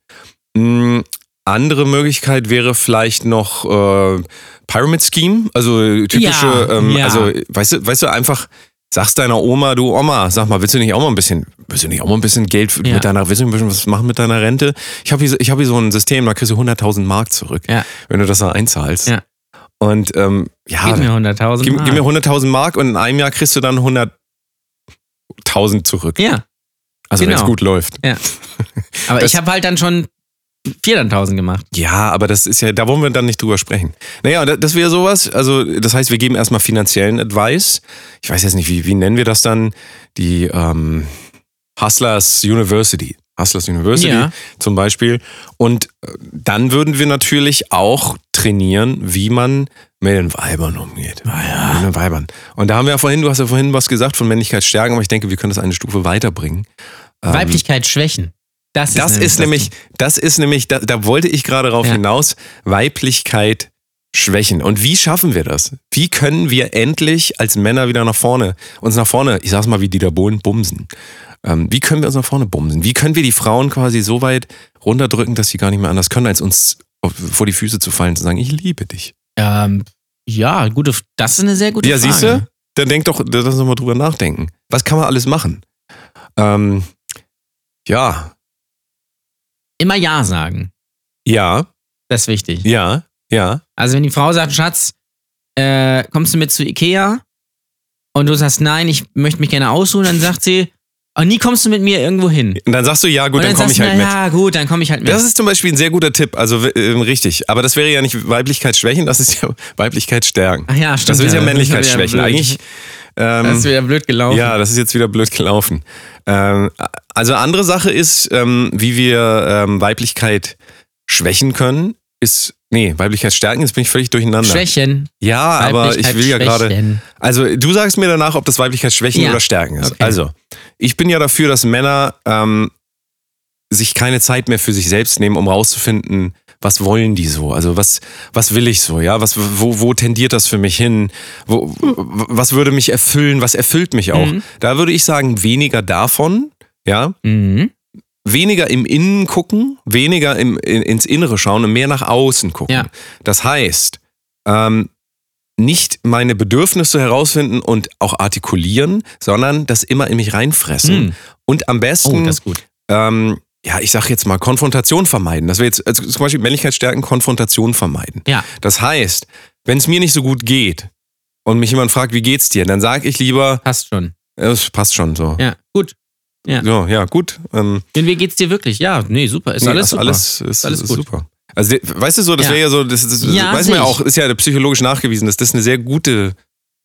Mm, andere Möglichkeit wäre vielleicht noch äh, Pyramid Scheme, also äh, typische, Ja, ähm, ja. also äh, weißt du, weißt du einfach. Sagst deiner Oma, du Oma, sag mal, willst du nicht auch mal ein bisschen, willst du nicht auch mal ein bisschen Geld für- Ja. mit deiner, willst du ein bisschen was machen mit deiner Rente? Ich habe hier, so- ich hab hier so ein System, da kriegst du 100.000 Mark zurück, Ja. wenn du das da einzahlst. Ja. Und ähm, ja, Gib mir 100.000. gib, gib mir Mark. 100.000 Mark und in einem Jahr kriegst du dann 100.000 zurück. Ja. also wenn es genau. gut läuft. Aber Das- ich habe halt dann schon 400.000 gemacht. Ja, aber das ist ja, da wollen wir dann nicht drüber sprechen. Naja, da- das wäre sowas. Also, das heißt, wir geben erstmal finanziellen Advice. Ich weiß jetzt nicht, wie, wie nennen wir das dann? Die ähm, Hustlers University. Hustlers University Ja. zum Beispiel. Und äh, dann würden wir natürlich auch trainieren, wie man mit den Weibern umgeht. Mit den Weibern. Und da haben wir ja vorhin, du hast ja vorhin was gesagt von Männlichkeitsstärken, aber ich denke, wir können das eine Stufe weiterbringen. Ähm, Weiblichkeit schwächen. Das ist, das nämlich, ist nämlich, das ist nämlich, da, da wollte ich gerade darauf Ja. hinaus, Weiblichkeit schwächen. Und wie schaffen wir das? Wie können wir endlich als Männer wieder nach vorne, uns nach vorne, ich sag's mal wie Dieter Bohlen, bumsen? Ähm, wie können wir uns nach vorne bumsen? Wie können wir die Frauen quasi so weit runterdrücken, dass sie gar nicht mehr anders können, als uns auf- vor die Füße zu fallen, zu sagen, ich liebe dich. Ähm, ja, gute, F- das ist eine sehr gute ja, Frage. siehst du? Dann denk doch, da- lass uns mal drüber nachdenken. Was kann man alles machen? Ähm, ja, Immer Ja sagen. ja, Das ist wichtig. ja, ja. Also wenn die Frau sagt, Schatz, äh, kommst du mit zu Ikea? Und du sagst, nein, ich möchte mich gerne ausruhen, dann sagt sie, oh, nie kommst du mit mir irgendwo hin. Und dann sagst du, ja, und gut, dann, komme sagst ich du, halt na mit. Ja, gut, dann komme ich halt mit. Das ist zum Beispiel ein sehr guter Tipp, also w- ähm, richtig. Aber das wäre ja nicht Weiblichkeit schwächen, das ist ja Weiblichkeit stärken. Ach ja, stimmt. Das ist ja wieder Männlichkeit schwächen. blöd. Eigentlich, Das ist ähm, wieder blöd gelaufen. ja, das ist jetzt wieder blöd gelaufen. Ähm, also andere Sache ist, ähm, wie wir ähm, Weiblichkeit schwächen können, ist, nee, Weiblichkeit stärken, jetzt bin ich völlig durcheinander. Schwächen. Ja, aber ich Weiblichkeit will ja gerade, schwächen. also du sagst mir danach, ob das Weiblichkeit schwächen Ja. oder stärken ist. Okay. Also, ich bin ja dafür, dass Männer ähm, sich keine Zeit mehr für sich selbst nehmen, um rauszufinden, was wollen die so? Also was, was will ich so? Ja, was, wo, wo tendiert das für mich hin? Wo, w- was würde mich erfüllen? Was erfüllt mich auch? Hm. Mhm. Da würde ich sagen, weniger davon, ja, Mhm. weniger im Innen gucken, weniger im, in, ins Innere schauen und mehr nach außen gucken. Ja. Das heißt, ähm, nicht meine Bedürfnisse herausfinden und auch artikulieren, sondern das immer in mich reinfressen. Mhm. Und am Oh, besten, das ist gut. ähm, ja, ich sag jetzt mal, Konfrontation vermeiden. Dass wir jetzt also zum Beispiel Männlichkeit stärken, Konfrontation vermeiden. Ja. Das heißt, wenn es mir nicht so gut geht und mich jemand fragt, wie geht's dir, dann sage ich lieber, Passt schon. äh, es passt schon so. Ja, gut. Ja. So, ja, gut. Ähm, Denn wie geht's dir wirklich? Ja, nee, super. Ist Nee, alles also super. Alles, ist, alles ist gut. super. Also, de- weißt du so, das Ja. wäre ja so, das, das Ja, weiß sehe man ja ich. auch, ist ja psychologisch nachgewiesen, dass das eine sehr gute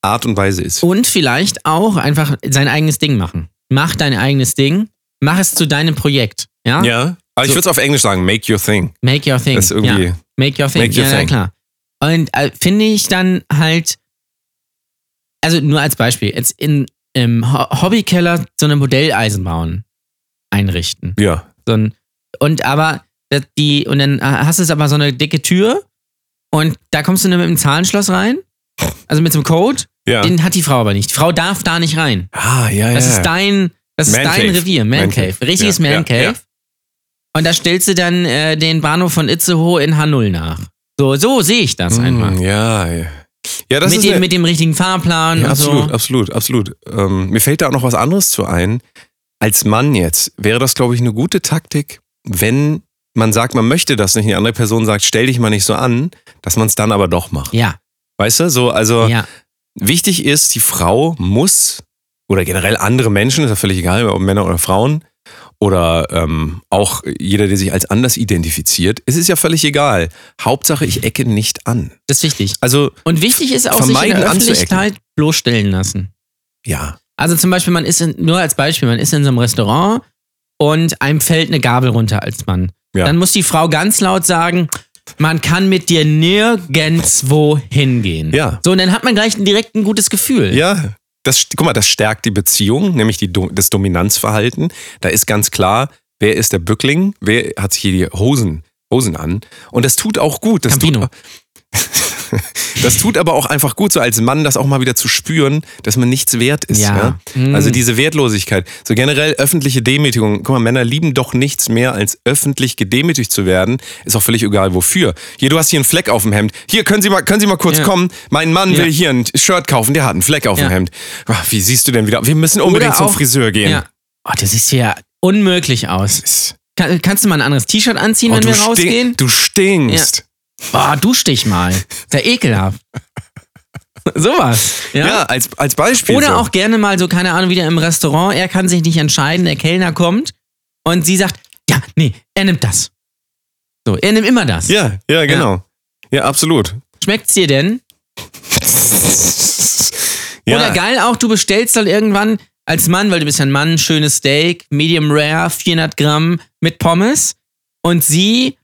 Art und Weise ist. Und vielleicht auch einfach sein eigenes Ding machen. Mach dein eigenes Ding. Mach es zu deinem Projekt. Ja? Ja. Aber ich So. würde es auf Englisch sagen, make your thing. Make your thing. Das ist irgendwie. ja. Make your thing. Make your ja, na thing. klar. Und äh, finde ich dann halt, also nur als Beispiel, jetzt in, im Ho- Hobbykeller so eine Modelleisenbahn einrichten. Ja. So ein, und aber das- die, und dann hast du aber so eine dicke Tür und da kommst du nur mit einem Zahlenschloss rein. Also mit so einem Code. Ja. Den hat die Frau aber nicht. Die Frau darf da nicht rein. ah, ja, ja. Das ja. ist dein, das ist Man dein Cave. Revier, Man, Man Cave. Cave. Richtiges Ja, ja, Man Cave. ja. Und da stellst du dann äh, den Bahnhof von Itzehoe in H0 nach. So, so sehe ich das einfach. Mm, ja, ja. Ja, das Mit ist dem, eine, mit dem richtigen Fahrplan ja, und so. absolut, absolut, absolut. Ähm, mir fällt da auch noch was anderes zu ein. Als Mann jetzt wäre das, glaube ich, eine gute Taktik, wenn man sagt, man möchte das nicht, und die andere Person sagt, stell dich mal nicht so an, dass man es dann aber doch macht. Ja, Weißt du, so, also ja. Wichtig ist, die Frau muss oder generell andere Menschen, ist ja völlig egal, ob Männer oder Frauen oder ähm, auch jeder, der sich als anders identifiziert, es ist ja völlig egal. Hauptsache, ich ecke nicht an. Das ist wichtig. Also, Und wichtig ist auch, sich in Vermeiden der anzuecken. Öffentlichkeit bloßstellen lassen. ja, Also zum Beispiel, man ist in, nur als Beispiel, man ist in so einem Restaurant und einem fällt eine Gabel runter als Mann. Ja. Dann muss die Frau ganz laut sagen, man kann mit dir nirgendwo hingehen. Ja. So, und dann hat man gleich direkt ein gutes Gefühl. Ja, das, st- guck mal, das stärkt die Beziehung, nämlich die, Do- das Dominanzverhalten. Da ist ganz klar, wer ist der Bückling, wer hat sich hier die Hosen, Hosen an. Und das tut auch gut. Das Campino. Tut, das tut aber auch einfach gut, so als Mann das auch mal wieder zu spüren, dass man nichts wert ist. Ja. Mhm. Ja. Also diese Wertlosigkeit. So generell öffentliche Demütigung. Guck mal, Männer lieben doch nichts mehr, als öffentlich gedemütigt zu werden. Ist auch völlig egal, wofür. Hier, du hast hier einen Fleck auf dem Hemd. Hier, können Sie mal, können Sie mal kurz Ja. kommen. Mein Mann Ja. will hier ein Shirt kaufen, der hat einen Fleck auf Ja. dem Hemd. Ah, Wie siehst du denn wieder? Wir müssen unbedingt Oder zum auch- Friseur gehen. Ja. Oh, das sieht ja unmöglich aus. Kann, kannst du mal ein anderes T-Shirt anziehen, Oh, wenn du, wir stink- rausgehen? du stinkst. Boah, dusch dich mal. Ist ja ekelhaft. Sowas. Ja, Ja. als, als Beispiel. so. Oder auch gerne mal so, keine Ahnung, wieder im Restaurant. Er kann sich nicht entscheiden, der Kellner kommt und sie sagt, ja, nee, er nimmt das. So, er nimmt immer das. Ja, ja, genau. Ja, absolut. Schmeckt's dir denn? Ja. Oder geil auch, du bestellst dann irgendwann als Mann, weil du bist ja ein Mann, schönes Steak, medium rare, 400 Gramm mit Pommes und sie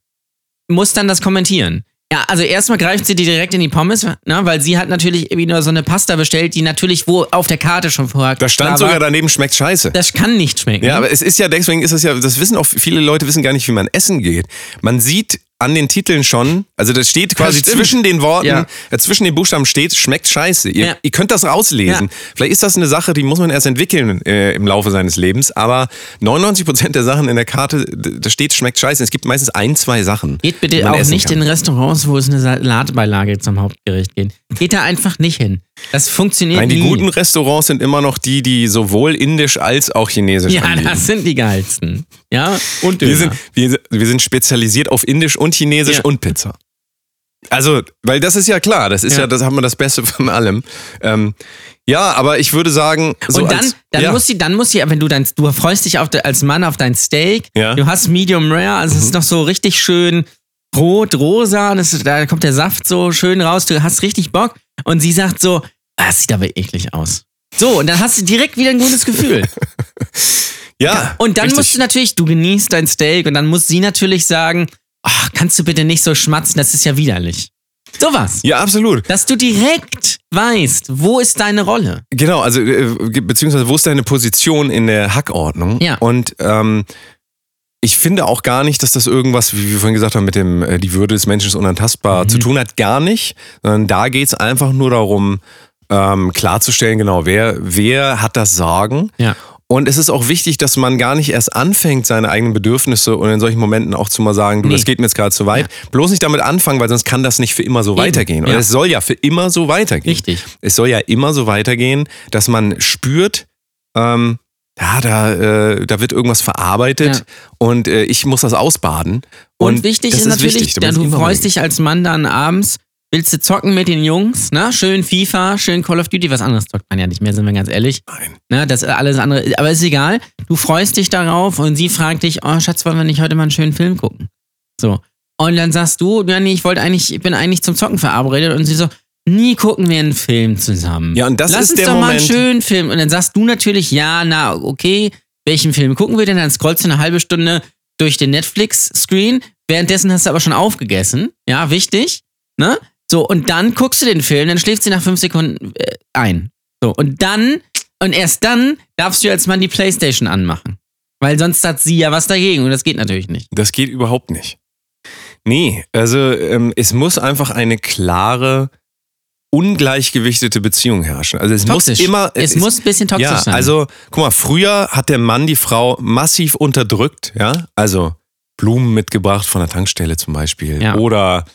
muss dann das kommentieren. Ja, also erstmal greift sie dir direkt in die Pommes, ne, weil sie hat natürlich irgendwie nur so eine Pasta bestellt, die natürlich wo auf der Karte schon vorher Da stand klar war, sogar daneben, schmeckt scheiße. Das kann nicht schmecken. Ja, aber es ist ja, deswegen ist es ja, das wissen auch viele Leute, wissen gar nicht, wie man essen geht. Man sieht an den Titeln schon, also das steht quasi stimmt. zwischen den Worten, Ja. äh, zwischen den Buchstaben steht, schmeckt scheiße. Ihr, Ja. ihr könnt das rauslesen. Vielleicht ist das eine Sache, die muss man erst entwickeln äh, im Laufe seines Lebens, aber 99% der Sachen in der Karte, d- da steht, schmeckt scheiße. Es gibt meistens ein, zwei Sachen. Geht die bitte man auch essen nicht kann. in Restaurants, wo es eine Salatbeilage zum Hauptgericht geht. Geht da einfach nicht hin. Das funktioniert Nein, die nie. guten Restaurants sind immer noch die, die sowohl indisch als auch chinesisch ja, anbieten. das sind die geilsten. Ja, und Döner. Wir sind, wir, wir sind spezialisiert auf Indisch und Chinesisch Ja. und Pizza. Also, weil das ist ja klar, das ist Ja. ja, das hat man das Beste von allem. Ähm, ja, aber ich würde sagen, so und dann, als, dann ja, muss sie, dann muss sie, wenn du dein, du freust dich auf, de- als Mann auf dein Steak, Ja. Mhm. du hast Medium Rare, also es ist noch so richtig schön rot, rosa, das, ist- da kommt der Saft so schön raus, du hast richtig Bock und sie sagt so, ah, das sieht aber eklig aus. So, und dann hast du direkt wieder ein gutes Gefühl. ja, Und dann richtig. musst du natürlich, du genießt dein Steak und dann muss sie natürlich sagen, ach, kannst du bitte nicht so schmatzen, das ist ja widerlich. Sowas. ja, absolut. Dass du direkt weißt, wo ist deine Rolle. Genau, also äh, ge- beziehungsweise wo ist deine Position in der Hackordnung? Ja. Und ähm, ich finde auch gar nicht, dass das irgendwas, wie wir vorhin gesagt haben, mit dem äh, die Würde des Menschen ist Mhm. unantastbar zu tun hat. Gar nicht. Sondern da geht es einfach nur darum, ähm, klarzustellen, genau, wer, wer hat das Sagen. Ja. Und es ist auch wichtig, dass man gar nicht erst anfängt, seine eigenen Bedürfnisse und in solchen Momenten auch zu mal sagen, du, Nee. das geht mir jetzt gerade zu weit. Bloß nicht damit anfangen, weil sonst kann das nicht für immer so weitergehen. Und Ja. es soll ja für immer so weitergehen. Richtig. Es soll ja immer so weitergehen, dass man spürt, ähm, ja, da, äh, da wird irgendwas verarbeitet Ja. und äh, ich muss das ausbaden. Und, wichtig das ist natürlich, damit dann es du immer freust weitergeht. dich als Mann dann abends, willst du zocken mit den Jungs, ne? Schön FIFA, schön Call of Duty, was anderes zockt man ja nicht mehr, sind wir ganz ehrlich. Nein. Ne? Das alles andere, aber ist egal. Du freust dich darauf und sie fragt dich, oh Schatz, wollen wir nicht heute mal einen schönen Film gucken? So. Und dann sagst du, ja, nee, ich wollte eigentlich, ich bin eigentlich zum Zocken verabredet und sie so, nie gucken wir einen Film zusammen. Ja, und das Lass ist uns der doch mal einen Moment- schönen Film. Und dann sagst du natürlich, ja, na, okay, welchen Film gucken wir denn? Dann scrollst du eine halbe Stunde durch den Netflix-Screen. Währenddessen hast du aber schon aufgegessen. Ja, wichtig. Ne? So, und dann guckst du den Film, dann schläft sie nach fünf Sekunden äh, ein. So, und dann, und erst dann darfst du als Mann die Playstation anmachen. Weil sonst hat sie ja was dagegen und das geht natürlich nicht. Das geht überhaupt nicht. Nee, also ähm, es muss einfach eine klare, ungleichgewichtete Beziehung herrschen. Also es Toxisch. muss immer. es, muss ein bisschen toxisch ja, sein. Also, guck mal, früher hat der Mann die Frau massiv unterdrückt, ja. Also Blumen mitgebracht von der Tankstelle zum Beispiel. Ja. Oder,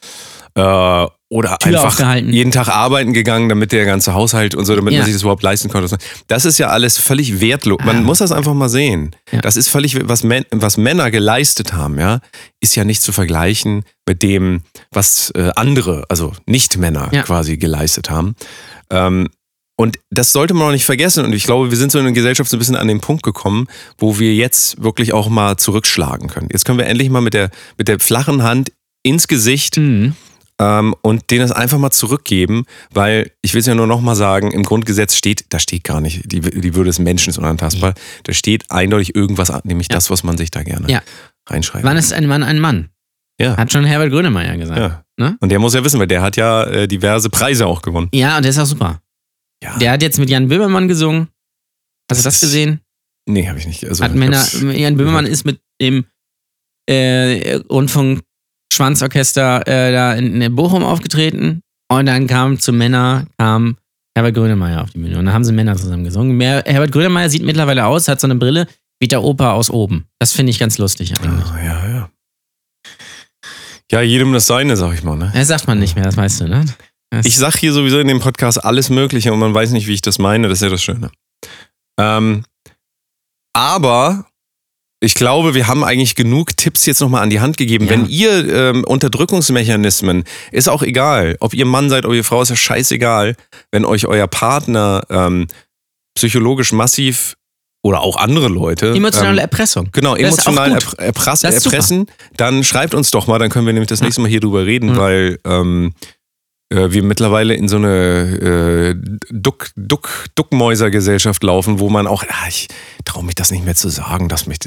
äh, oder einfach aufgehalten. jeden Tag arbeiten gegangen, damit der ganze Haushalt und so, damit Ja. man sich das überhaupt leisten konnte. Das ist ja alles völlig wertlos. Man Ah. muss das einfach mal sehen. Ja. Das ist völlig, was, Män was Männer geleistet haben, ja, ist ja nicht zu vergleichen mit dem, was äh, andere, also Nicht-Männer Ja. quasi geleistet haben. Ähm, Und das sollte man auch nicht vergessen. Und ich glaube, wir sind so in der Gesellschaft so ein bisschen an den Punkt gekommen, wo wir jetzt wirklich auch mal zurückschlagen können. Jetzt können wir endlich mal mit der, mit der flachen Hand ins Gesicht Mhm. ähm, und denen das einfach mal zurückgeben, weil ich will es ja nur nochmal sagen, im Grundgesetz steht, da steht gar nicht, die, die Würde des Menschen ist unantastbar, da steht eindeutig irgendwas, an, nämlich das, was man sich da gerne Mhm. Ja. reinschreibt. Wann ist ein Mann ein Mann? ja. Hat schon Herbert Grönemeyer gesagt. Ja, ja. Und der muss ja wissen, weil der hat ja äh, diverse Preise auch gewonnen. und der ist auch super. Ja. Der hat jetzt mit Jan Böhmermann gesungen. Hast du Das das ist- gesehen? nee, habe ich nicht. Also, Hat ich Männer, hab's- Jan Böhmermann ist mit dem äh, Rundfunk Schwanzorchester äh, da in, in Bochum aufgetreten und dann kam zu Männer kam Herbert Grönemeyer auf die Bühne und dann haben sie Männer zusammen gesungen. Mer Herbert Grönemeyer sieht mittlerweile aus, hat so eine Brille wie der Opa aus oben. Das finde ich ganz lustig eigentlich. Ah, ja, ja. Ja, jedem das Seine, sag ich mal. Ne? Das sagt man nicht mehr, das weißt du, ne? Das, Ich sag hier sowieso in dem Podcast alles Mögliche und man weiß nicht, wie ich das meine. Das ist ja das Schöne. Ähm, aber ich glaube, wir haben eigentlich genug Tipps jetzt nochmal an die Hand gegeben. Ja. Wenn ihr ähm, Unterdrückungsmechanismen, ist auch egal, ob ihr Mann seid, ob ihr Frau, ist ja scheißegal, wenn euch euer Partner ähm, psychologisch massiv oder auch andere Leute emotionale ähm, Erpressung. Genau, Das ist auch emotional gut. erpr- erprass, Das ist super. erpressen, dann schreibt uns doch mal, dann können wir nämlich das nächste Mal hier drüber reden, Mhm. weil ähm, äh, wir mittlerweile in so eine äh, Duck, Duck, Duckmäuser-Gesellschaft laufen, wo man auch, ah, ich traue mich das nicht mehr zu sagen, dass, mich,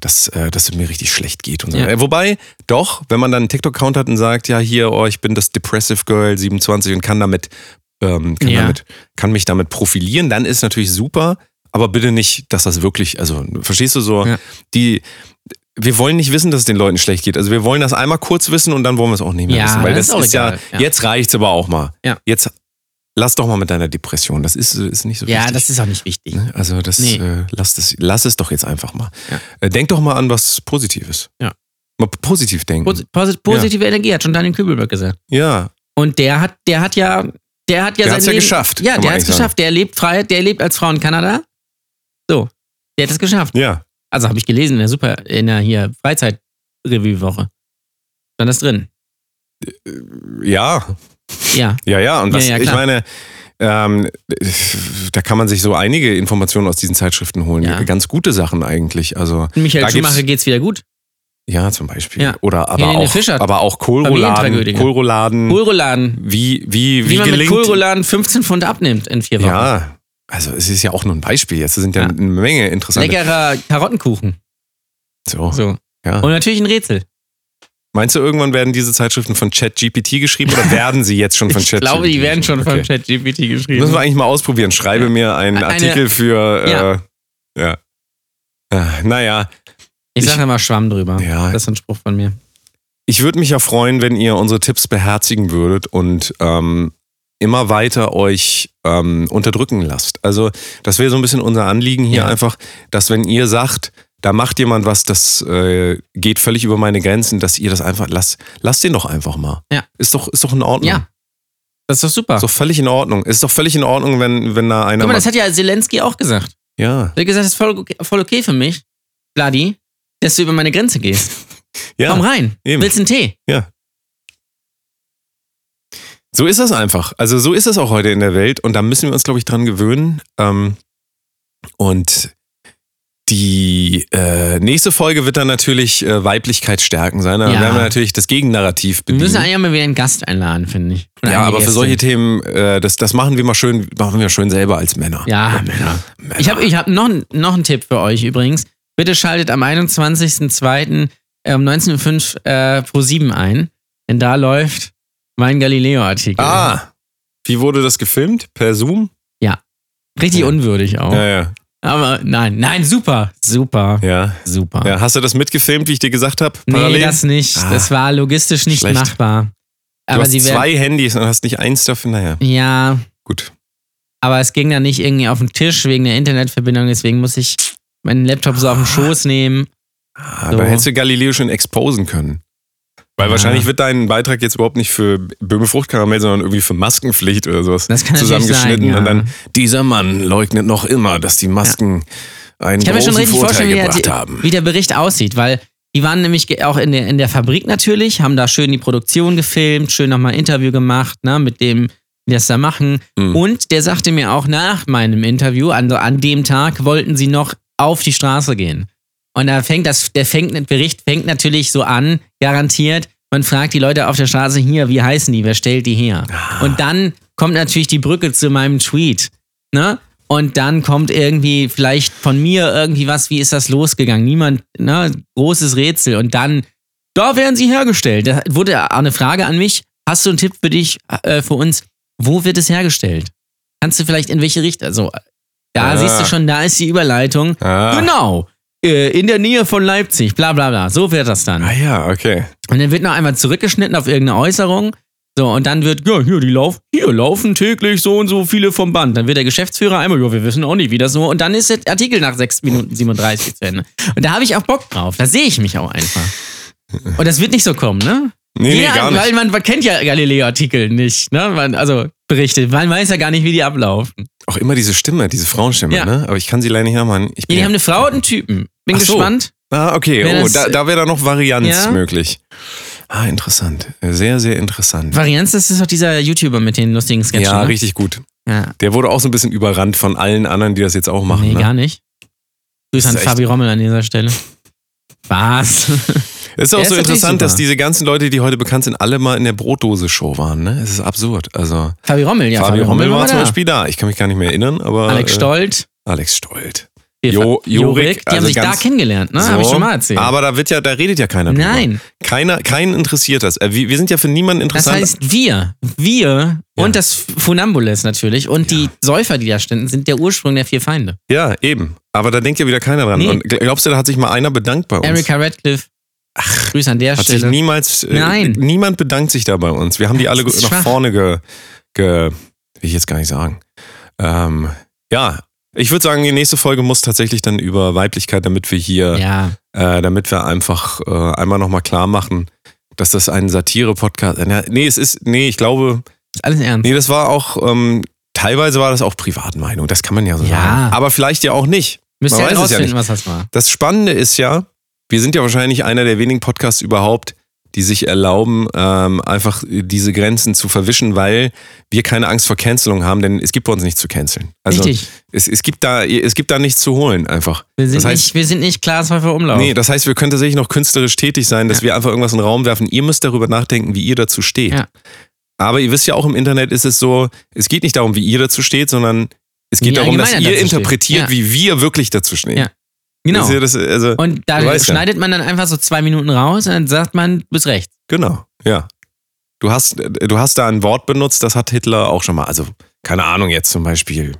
dass, äh, dass es mir richtig schlecht geht. Und so. Ja. Äh, Wobei, doch, wenn man dann einen TikTok-Account hat und sagt, ja, hier, oh, ich bin das Depressive Girl 27 und kann damit, ähm, kann, Ja. damit kann mich damit profilieren, dann ist natürlich super. Aber bitte nicht, dass das wirklich, also verstehst du so, Ja. die, wir wollen nicht wissen, dass es den Leuten schlecht geht. Also wir wollen das einmal kurz wissen und dann wollen wir es auch nicht mehr Ja, wissen. Weil das das, ist auch ist ja, egal, ja. jetzt reicht's aber auch mal. Ja. Jetzt lass doch mal mit deiner Depression. Das ist, ist nicht so wichtig. Ja, das ist auch nicht wichtig. Ne? Also das, Nee. äh, lass, das, lass es doch jetzt einfach mal. Ja. Äh, denk doch mal an was Positives. Ja. Mal p- positiv denken. Posi posi positive Energie hat schon Daniel Kübelberg gesagt. ja, Und der hat, der hat ja, der hat ja Der sein hat's ja Leben, geschafft, Ja, kann der man hat es eigentlich geschafft. Der lebt frei, der lebt als Frau in Kanada. So, der hat es geschafft. ja. Also habe ich gelesen in der Super, in der hier Freizeitrevue-Woche. Stand das drin? Ja, Ja. ja, ja. Und Ja, was, ja, ich klar. meine, ähm, da kann man sich so einige Informationen aus diesen Zeitschriften holen. Ja. Ganz gute Sachen eigentlich. Also Und Michael Da Schumacher gibt's- geht's wieder gut. Ja, zum Beispiel. Ja. Oder aber Helene auch, Fischer. aber auch Kohlrouladen. Familientragödie. Kohlrouladen. Kohlroladen. wie, Hm. wie, wie, Wie, man mit gelingt. Kohlroladen 15 Pfund abnimmt in vier Wochen. ja, also es ist ja auch nur ein Beispiel. Jetzt sind ja, Ja. eine Menge interessante. Leckerer Karottenkuchen. So, So. ja. Und natürlich ein Rätsel. Meinst du, irgendwann werden diese Zeitschriften von ChatGPT geschrieben oder werden sie jetzt schon von Ich ChatGPT? glaube, die werden schon von Okay. ChatGPT geschrieben. Müssen wir eigentlich mal ausprobieren. Schreibe mir einen Eine- Artikel für. Äh, ja. ja. Ah, Naja, ich ich- sage mal Schwamm drüber. Ja. Das ist ein Spruch von mir. ich würde mich ja freuen, wenn ihr unsere Tipps beherzigen würdet und ähm, immer weiter euch ähm, unterdrücken lasst. Also das wäre so ein bisschen unser Anliegen hier Ja. einfach, dass wenn ihr sagt, da macht jemand was, das äh, geht völlig über meine Grenzen, dass ihr das einfach lasst, lasst den doch einfach mal. Ja. Ist doch ist doch in Ordnung. Ja. Das ist doch super. Ist doch völlig in Ordnung. Ist doch völlig in Ordnung, wenn wenn da einer Guck mal, mal- das hat ja Zelensky auch gesagt. ja Er hat gesagt, es ist voll, okay- voll okay für mich, Vladi, dass du über meine Grenze gehst. ja Komm rein. eben. Willst einen Tee? So ist das einfach. Also so ist es auch heute in der Welt und da müssen wir uns, glaube ich, dran gewöhnen. Ähm, und die äh, nächste Folge wird dann natürlich äh, Weiblichkeit stärken sein. Dann Ja. werden wir natürlich das Gegennarrativ Wir bedienen. müssen eigentlich mal wieder einen Gast einladen, finde ich. Oder ja, eine aber für Gästin. solche Themen, äh, das, das machen wir mal schön, machen wir schön selber als Männer. Ja, Männer. Männer. Ich habe ich hab noch, noch einen Tipp für euch übrigens. Bitte schaltet am 21.02. um 19.05 Uhr äh, pro 7 ein, denn da läuft mein Galileo-Artikel. ah, wie wurde das gefilmt? Per Zoom? Richtig ja. unwürdig auch. Ja, ja, Aber nein, nein, super, super, ja, super. ja. Hast du das mitgefilmt, wie ich dir gesagt habe? Ah. nee, das nicht. Ah. Das war logistisch nicht Schlecht. machbar. du Aber hast sie werden. zwei Handys und hast nicht eins dafür. Naja, Ja, gut. Aber es ging dann nicht irgendwie auf den Tisch wegen der Internetverbindung, deswegen muss ich meinen Laptop so auf den Schoß nehmen. Ah, So. Dann hättest du Galileo schon exposen können. Weil Ja. wahrscheinlich wird dein Beitrag jetzt überhaupt nicht für Böhme Fruchtkaramell, sondern irgendwie für Maskenpflicht oder sowas Das kann natürlich zusammengeschnitten. sein, ja. Und dann, dieser Mann leugnet noch immer, dass die Masken einen Ich kann mir schon großen richtig Vorteil vorstellen, wie der, gebracht die- haben. wie der Bericht aussieht, weil die waren nämlich ge- auch in der, in der Fabrik natürlich, haben da schön die Produktion gefilmt, schön nochmal ein Interview gemacht, ne, mit dem, die das da machen. Mhm. Und der sagte mir auch nach meinem Interview, an, an dem Tag wollten sie noch auf die Straße gehen. Und da fängt das, der fängt, der Bericht fängt natürlich so an, garantiert. Man fragt die Leute auf der Straße hier, wie heißen die, wer stellt die her? Ah. Und dann kommt natürlich die Brücke zu meinem Tweet. Ne? Und dann kommt irgendwie vielleicht von mir irgendwie was, wie ist das losgegangen? Niemand, ne? großes Rätsel. Und dann, da werden sie hergestellt. Da wurde auch eine Frage an mich. Hast du einen Tipp für dich, äh, für uns? Wo wird es hergestellt? Kannst du vielleicht in welche Richtung? Also, da Ah. siehst du schon, da ist die Überleitung. Ah. Genau. Äh, In der Nähe von Leipzig, bla bla bla. So wird das dann. Ah ja, okay. Und dann wird noch einmal zurückgeschnitten auf irgendeine Äußerung. So, und dann wird, ja, hier, die laufen, hier laufen täglich so und so viele vom Band. Dann wird der Geschäftsführer einmal, ja, wir wissen auch nicht, wie das so. Und dann ist der Artikel nach 6 Minuten 37 zu Ende. Und da habe ich auch Bock drauf. Da sehe ich mich auch einfach. Und das wird nicht so kommen, ne? Nee, nee, gar nicht. Weil man, man kennt ja Galileo-Artikel nicht, ne? Man, also Berichte. Man weiß ja gar nicht, wie die ablaufen. Auch immer diese Stimme, diese Frauenstimme, Ja. ne? Aber ich kann sie leider nicht nachmachen. Ich Ja, bin die ja- haben eine Frau und einen Typen. Bin Ach so. gespannt. Ah, okay. Wenn oh, das- da, da wäre da noch Varianz Ja? möglich. Ah, interessant. Sehr, sehr interessant. Varianz, das ist doch dieser YouTuber mit den lustigen Sketchen. ja, ne? richtig gut. Ja. Der wurde auch so ein bisschen überrannt von allen anderen, die das jetzt auch machen. Nee, ne? gar nicht. Grüße Das an ist echt- Fabi Rommel an dieser Stelle. Was? Es ist Der auch so ist natürlich interessant, dass super. diese ganzen Leute, die heute bekannt sind, alle mal in der Brotdose-Show waren. Ne? Es ist absurd. Also Fabi Rommel, ja. Fabi Rommel war zum da. Beispiel da. Ich kann mich gar nicht mehr erinnern, aber Alex Stolt. Äh, Alex Stolt. wir- Jo- Jorik, Die haben also sich da ganz- kennengelernt, ne? Hab ich So. schon mal erzählt. Aber da wird ja, da redet ja genau. keiner drüber. Nein. Keiner, keinen interessiert das. Äh, Wir, wir sind ja für niemanden Das interessant. heißt, wir, wir und das Funambules natürlich und die Säufer, die da standen, sind der Ursprung der vier Feinde. ja, eben. Aber da denkt ja wieder keiner dran. Nee. Und gl- glaubst du, da hat sich mal einer bedankt bei uns? Erika Radcliffe. Ach, Grüße an der hat sich Stelle. niemals, äh, Nein. niemand bedankt sich da bei uns. Wir haben die alle Das ist nach schwach. vorne ge, ge, will ich jetzt gar nicht sagen. Ähm, ja, ich würde sagen, die nächste Folge muss tatsächlich dann über Weiblichkeit, damit wir hier, ja, äh, damit wir einfach äh, einmal nochmal klar machen, dass das ein Satire-Podcast, äh, nee, es ist, nee, ich glaube, ist alles ernst. nee, das war auch, ähm, teilweise war das auch Privatmeinung, das kann man ja so Ja. sagen. Aber vielleicht ja auch nicht. Müsst ihr man halt weiß es ja rausfinden, nicht. was das war. Das Spannende ist ja, wir sind ja wahrscheinlich einer der wenigen Podcasts überhaupt, die sich erlauben, ähm, einfach diese Grenzen zu verwischen, weil wir keine Angst vor Cancelung haben, denn es gibt bei uns nichts zu canceln. Also Richtig. Es, es, gibt da, es gibt da nichts zu holen einfach. Wir sind, das heißt, nicht, wir sind nicht klar, es war für Umlauf. nee, das heißt, wir können tatsächlich noch künstlerisch tätig sein, dass wir einfach irgendwas in den Raum werfen. Ihr müsst darüber nachdenken, wie ihr dazu steht. Ja. Aber ihr wisst ja auch, im Internet ist es so, es geht nicht darum, wie ihr dazu steht, sondern es geht Wie darum, dass allgemeiner ihr dazu steht. interpretiert, Ja. wie wir wirklich dazu stehen. Ja. genau. Wisst ihr, das, also, Und da Du weißt ja. schneidet man dann einfach so zwei Minuten raus und dann sagt man, bis rechts. Genau, ja. Du hast, äh, du hast da ein Wort benutzt, das hat Hitler auch schon mal. Also, keine Ahnung, jetzt zum Beispiel.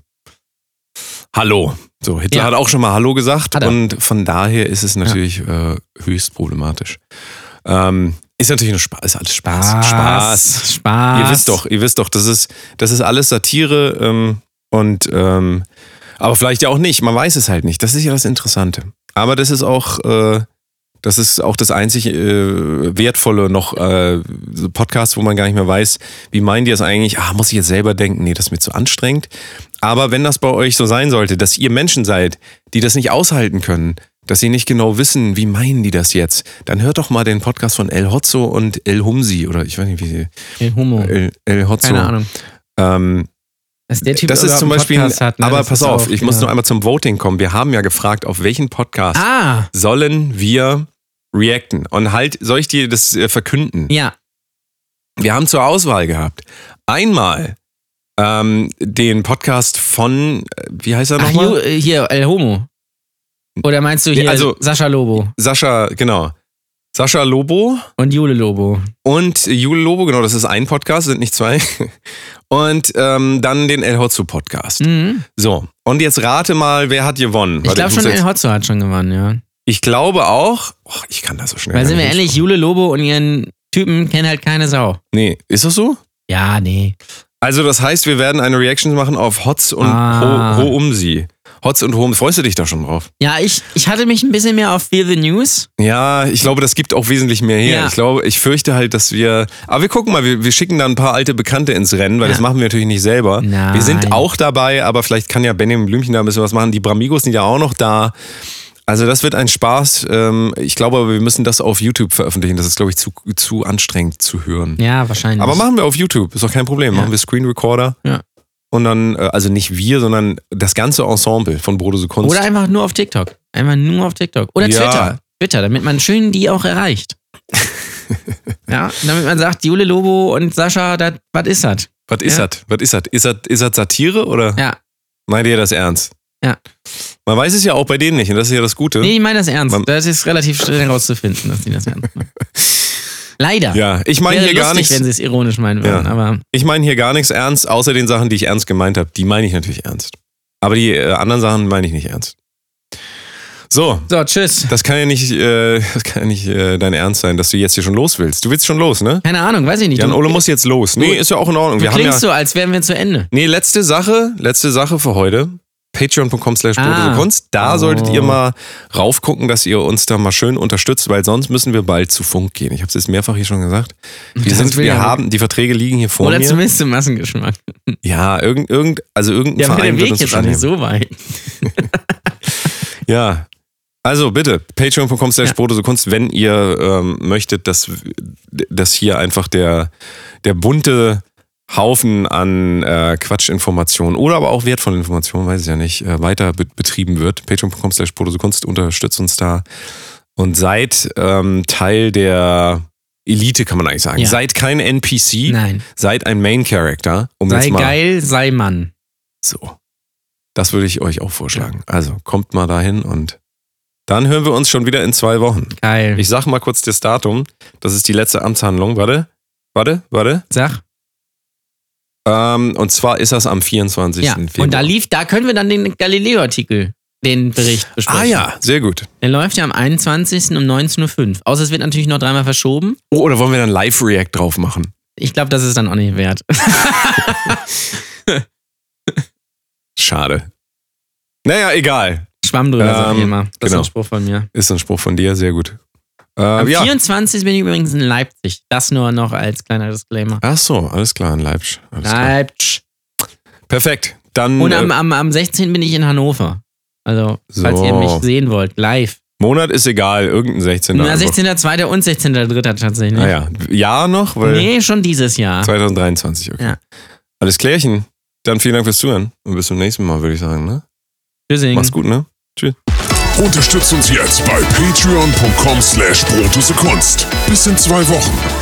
Hallo. So, Hitler Ja. hat auch schon mal Hallo gesagt Hat er. und von daher ist es natürlich äh, höchst problematisch. Ähm, ist natürlich nur Spaß, ist alles Spaß. Ah, Spaß. Spaß. Ah, Ihr wisst doch, ihr wisst doch, das ist, das ist alles Satire ähm, und ähm, aber vielleicht ja auch nicht. Man weiß es halt nicht. Das ist ja das Interessante. Aber das ist auch, äh, das ist auch das einzig äh, wertvolle noch äh, so Podcast, wo man gar nicht mehr weiß, wie meinen die das eigentlich? Ah, muss ich jetzt selber denken? Nee, das ist mir zu anstrengend. Aber wenn das bei euch so sein sollte, dass ihr Menschen seid, die das nicht aushalten können, dass sie nicht genau wissen, wie meinen die das jetzt, dann hört doch mal den Podcast von El Hotzo und El Humsi oder ich weiß nicht, wie sie. Ey, Homo. El, El Hotzo. Äh, Keine Ahnung. Ähm, Dass der Typ das ist überhaupt zum einen Beispiel, Podcast hat, ne? aber Das pass ist auf, auch- ich muss genau. nur einmal zum Voting kommen. Wir haben ja gefragt, auf welchen Podcast Ah, sollen wir reacten? Und halt, soll ich dir das äh, verkünden? ja. Wir haben zur Auswahl gehabt. Einmal ähm, den Podcast von, äh, wie heißt er Ach, nochmal? Ju- äh, hier, El Homo. Oder meinst du hier Nee, also- Sascha Lobo Sascha, genau. Sascha Lobo und Jule Lobo? und Jule Lobo, genau, das ist ein Podcast, sind nicht zwei. Und ähm, dann den El Hotzo Podcast. Mhm. So, und jetzt rate mal, wer hat gewonnen? Ich Warte, glaube muss schon, jetzt- El Hotzo hat schon gewonnen, ja. Ich glaube auch, oh, ich kann das so schnell. Weil sind wir gar nicht ehrlich, Jule Lobo und ihren Typen kennen halt keine Sau. hinschauen. Nee, ist das so? Ja, nee. Also, das heißt, wir werden eine Reaction machen auf Hotz und Ah. Ho, Ho um sie. Hotz und Ho um Freust du dich da schon drauf? Ja, ich, ich hatte mich ein bisschen mehr auf Feel the News. Ja, ich glaube, das gibt auch wesentlich mehr her. Ja. Ich glaube, ich fürchte halt, dass wir. Aber wir gucken mal, wir, wir schicken da ein paar alte Bekannte ins Rennen, weil das machen wir natürlich nicht selber. Nein. Wir sind auch dabei, aber vielleicht kann ja Benjamin Blümchen da ein bisschen was machen. Die Bramigos sind ja auch noch da. Also das wird ein Spaß. Ähm, Ich glaube aber, wir müssen das auf YouTube veröffentlichen. Das ist, glaube ich, zu, zu anstrengend zu hören. Ja, wahrscheinlich. Aber machen wir auf YouTube, ist doch kein Problem. Ja. Machen wir Screen Recorder. Ja. Und dann, äh, also nicht wir, sondern das ganze Ensemble von Brodose Kunst. Oder halt- einfach nur auf TikTok. Einfach nur auf TikTok. Oder Ja. Twitter. Twitter, damit man schön die auch erreicht. ja, damit man sagt, Jule Lobo und Sascha, dat- was ist das? was ist Ja. das? Was ist das? Ist das ist das Satire oder Ja. meint ihr das ernst? Ja. Man weiß es ja auch bei denen nicht und das ist ja das Gute. Nee, ich meine das ernst. Man- Das ist relativ schnell herauszufinden, dass die das ernst meinen. Leider. Ja, ich meine Wäre hier lustig, gar nichts. wenn sie es ironisch meinen würden, Ja. aber Ich meine hier gar nichts ernst, außer den Sachen, die ich ernst gemeint habe. Die meine ich natürlich ernst. Aber die äh, anderen Sachen meine ich nicht ernst. So, so, tschüss. das kann ja nicht, äh, das kann ja nicht äh, dein Ernst sein, dass du jetzt hier schon los willst. Du willst schon los, ne? Keine Ahnung, weiß ich nicht. Jan du Ole muss jetzt los. Nee, ist ja auch in Ordnung. du Wir haben ja, klingst so, als wären wir zu Ende. nee, letzte Sache, letzte Sache für heute. Patreon.com slash Ah. Kunst. Da Oh. solltet ihr mal raufgucken, dass ihr uns da mal schön unterstützt, weil sonst müssen wir bald zu Funk gehen. Ich habe es jetzt mehrfach hier schon gesagt. Wir, Das sind, will wir ja- haben, die Verträge liegen hier vor Oder mir. zumindest im Massengeschmack. Ja, irgend, irgend, also irgendein Ja, aber Verein der wird Weg uns jetzt auch nicht wahrscheinlich so weit. nehmen. Ja. Also bitte, patreon.com slash Ja. Kunst, wenn ihr ähm, möchtet, dass, dass hier einfach der, der bunte Haufen an äh, Quatschinformationen oder aber auch wertvollen Informationen, weiß ich ja nicht, äh, weiter be betrieben wird. Patreon.com slash Kunst, unterstützt uns da und seid ähm, Teil der Elite, kann man eigentlich sagen. Ja. Seid kein NPC, Nein. seid ein Main Character, um Sei jetzt mal geil, sei Mann. So. Das würde ich euch auch vorschlagen. Also kommt mal dahin und dann hören wir uns schon wieder in zwei Wochen. Geil. Ich sag mal kurz das Datum. Das ist die letzte Amtshandlung. Warte, warte, warte. Sag. Ähm, und zwar ist das am 24. Ja. Februar. Und da lief, da können wir dann den Galileo-Artikel, den Bericht besprechen. ah ja, sehr gut. Der läuft ja am 21. um 19.05 Uhr. Außer es wird natürlich noch dreimal verschoben. Oh, oder wollen wir dann Live-React drauf machen? Ich glaube, das ist dann auch nicht wert. Schade. Naja, egal. Schwamm drüber, sag ich Ähm, immer. Das genau. ist ein Spruch von mir. Ist ein Spruch von dir, sehr gut. Äh, Am ja. 24. bin ich übrigens in Leipzig. Das nur noch als kleiner Disclaimer. Ach so, alles klar, ein Leipzig. Alles klar. Leipzig. Perfekt. Dann Und äh, am, am, am 16. bin ich in Hannover. Also, falls So. ihr mich sehen wollt, live. Monat ist egal, irgendein 16. Na, einfach. 16.02. und 16.03. tatsächlich. Genau. Ah ja, Jahr noch? Weil Nee, schon dieses Jahr. 2023, okay. Ah. Ja. Alles klärchen. Dann vielen Dank fürs Zuhören und bis zum nächsten Mal, würde ich sagen. Ne? Tschüssing. Mach's gut, ne? Tschüss. Unterstützt uns jetzt bei patreon.com slash Brotose Kunst. Bis in zwei Wochen.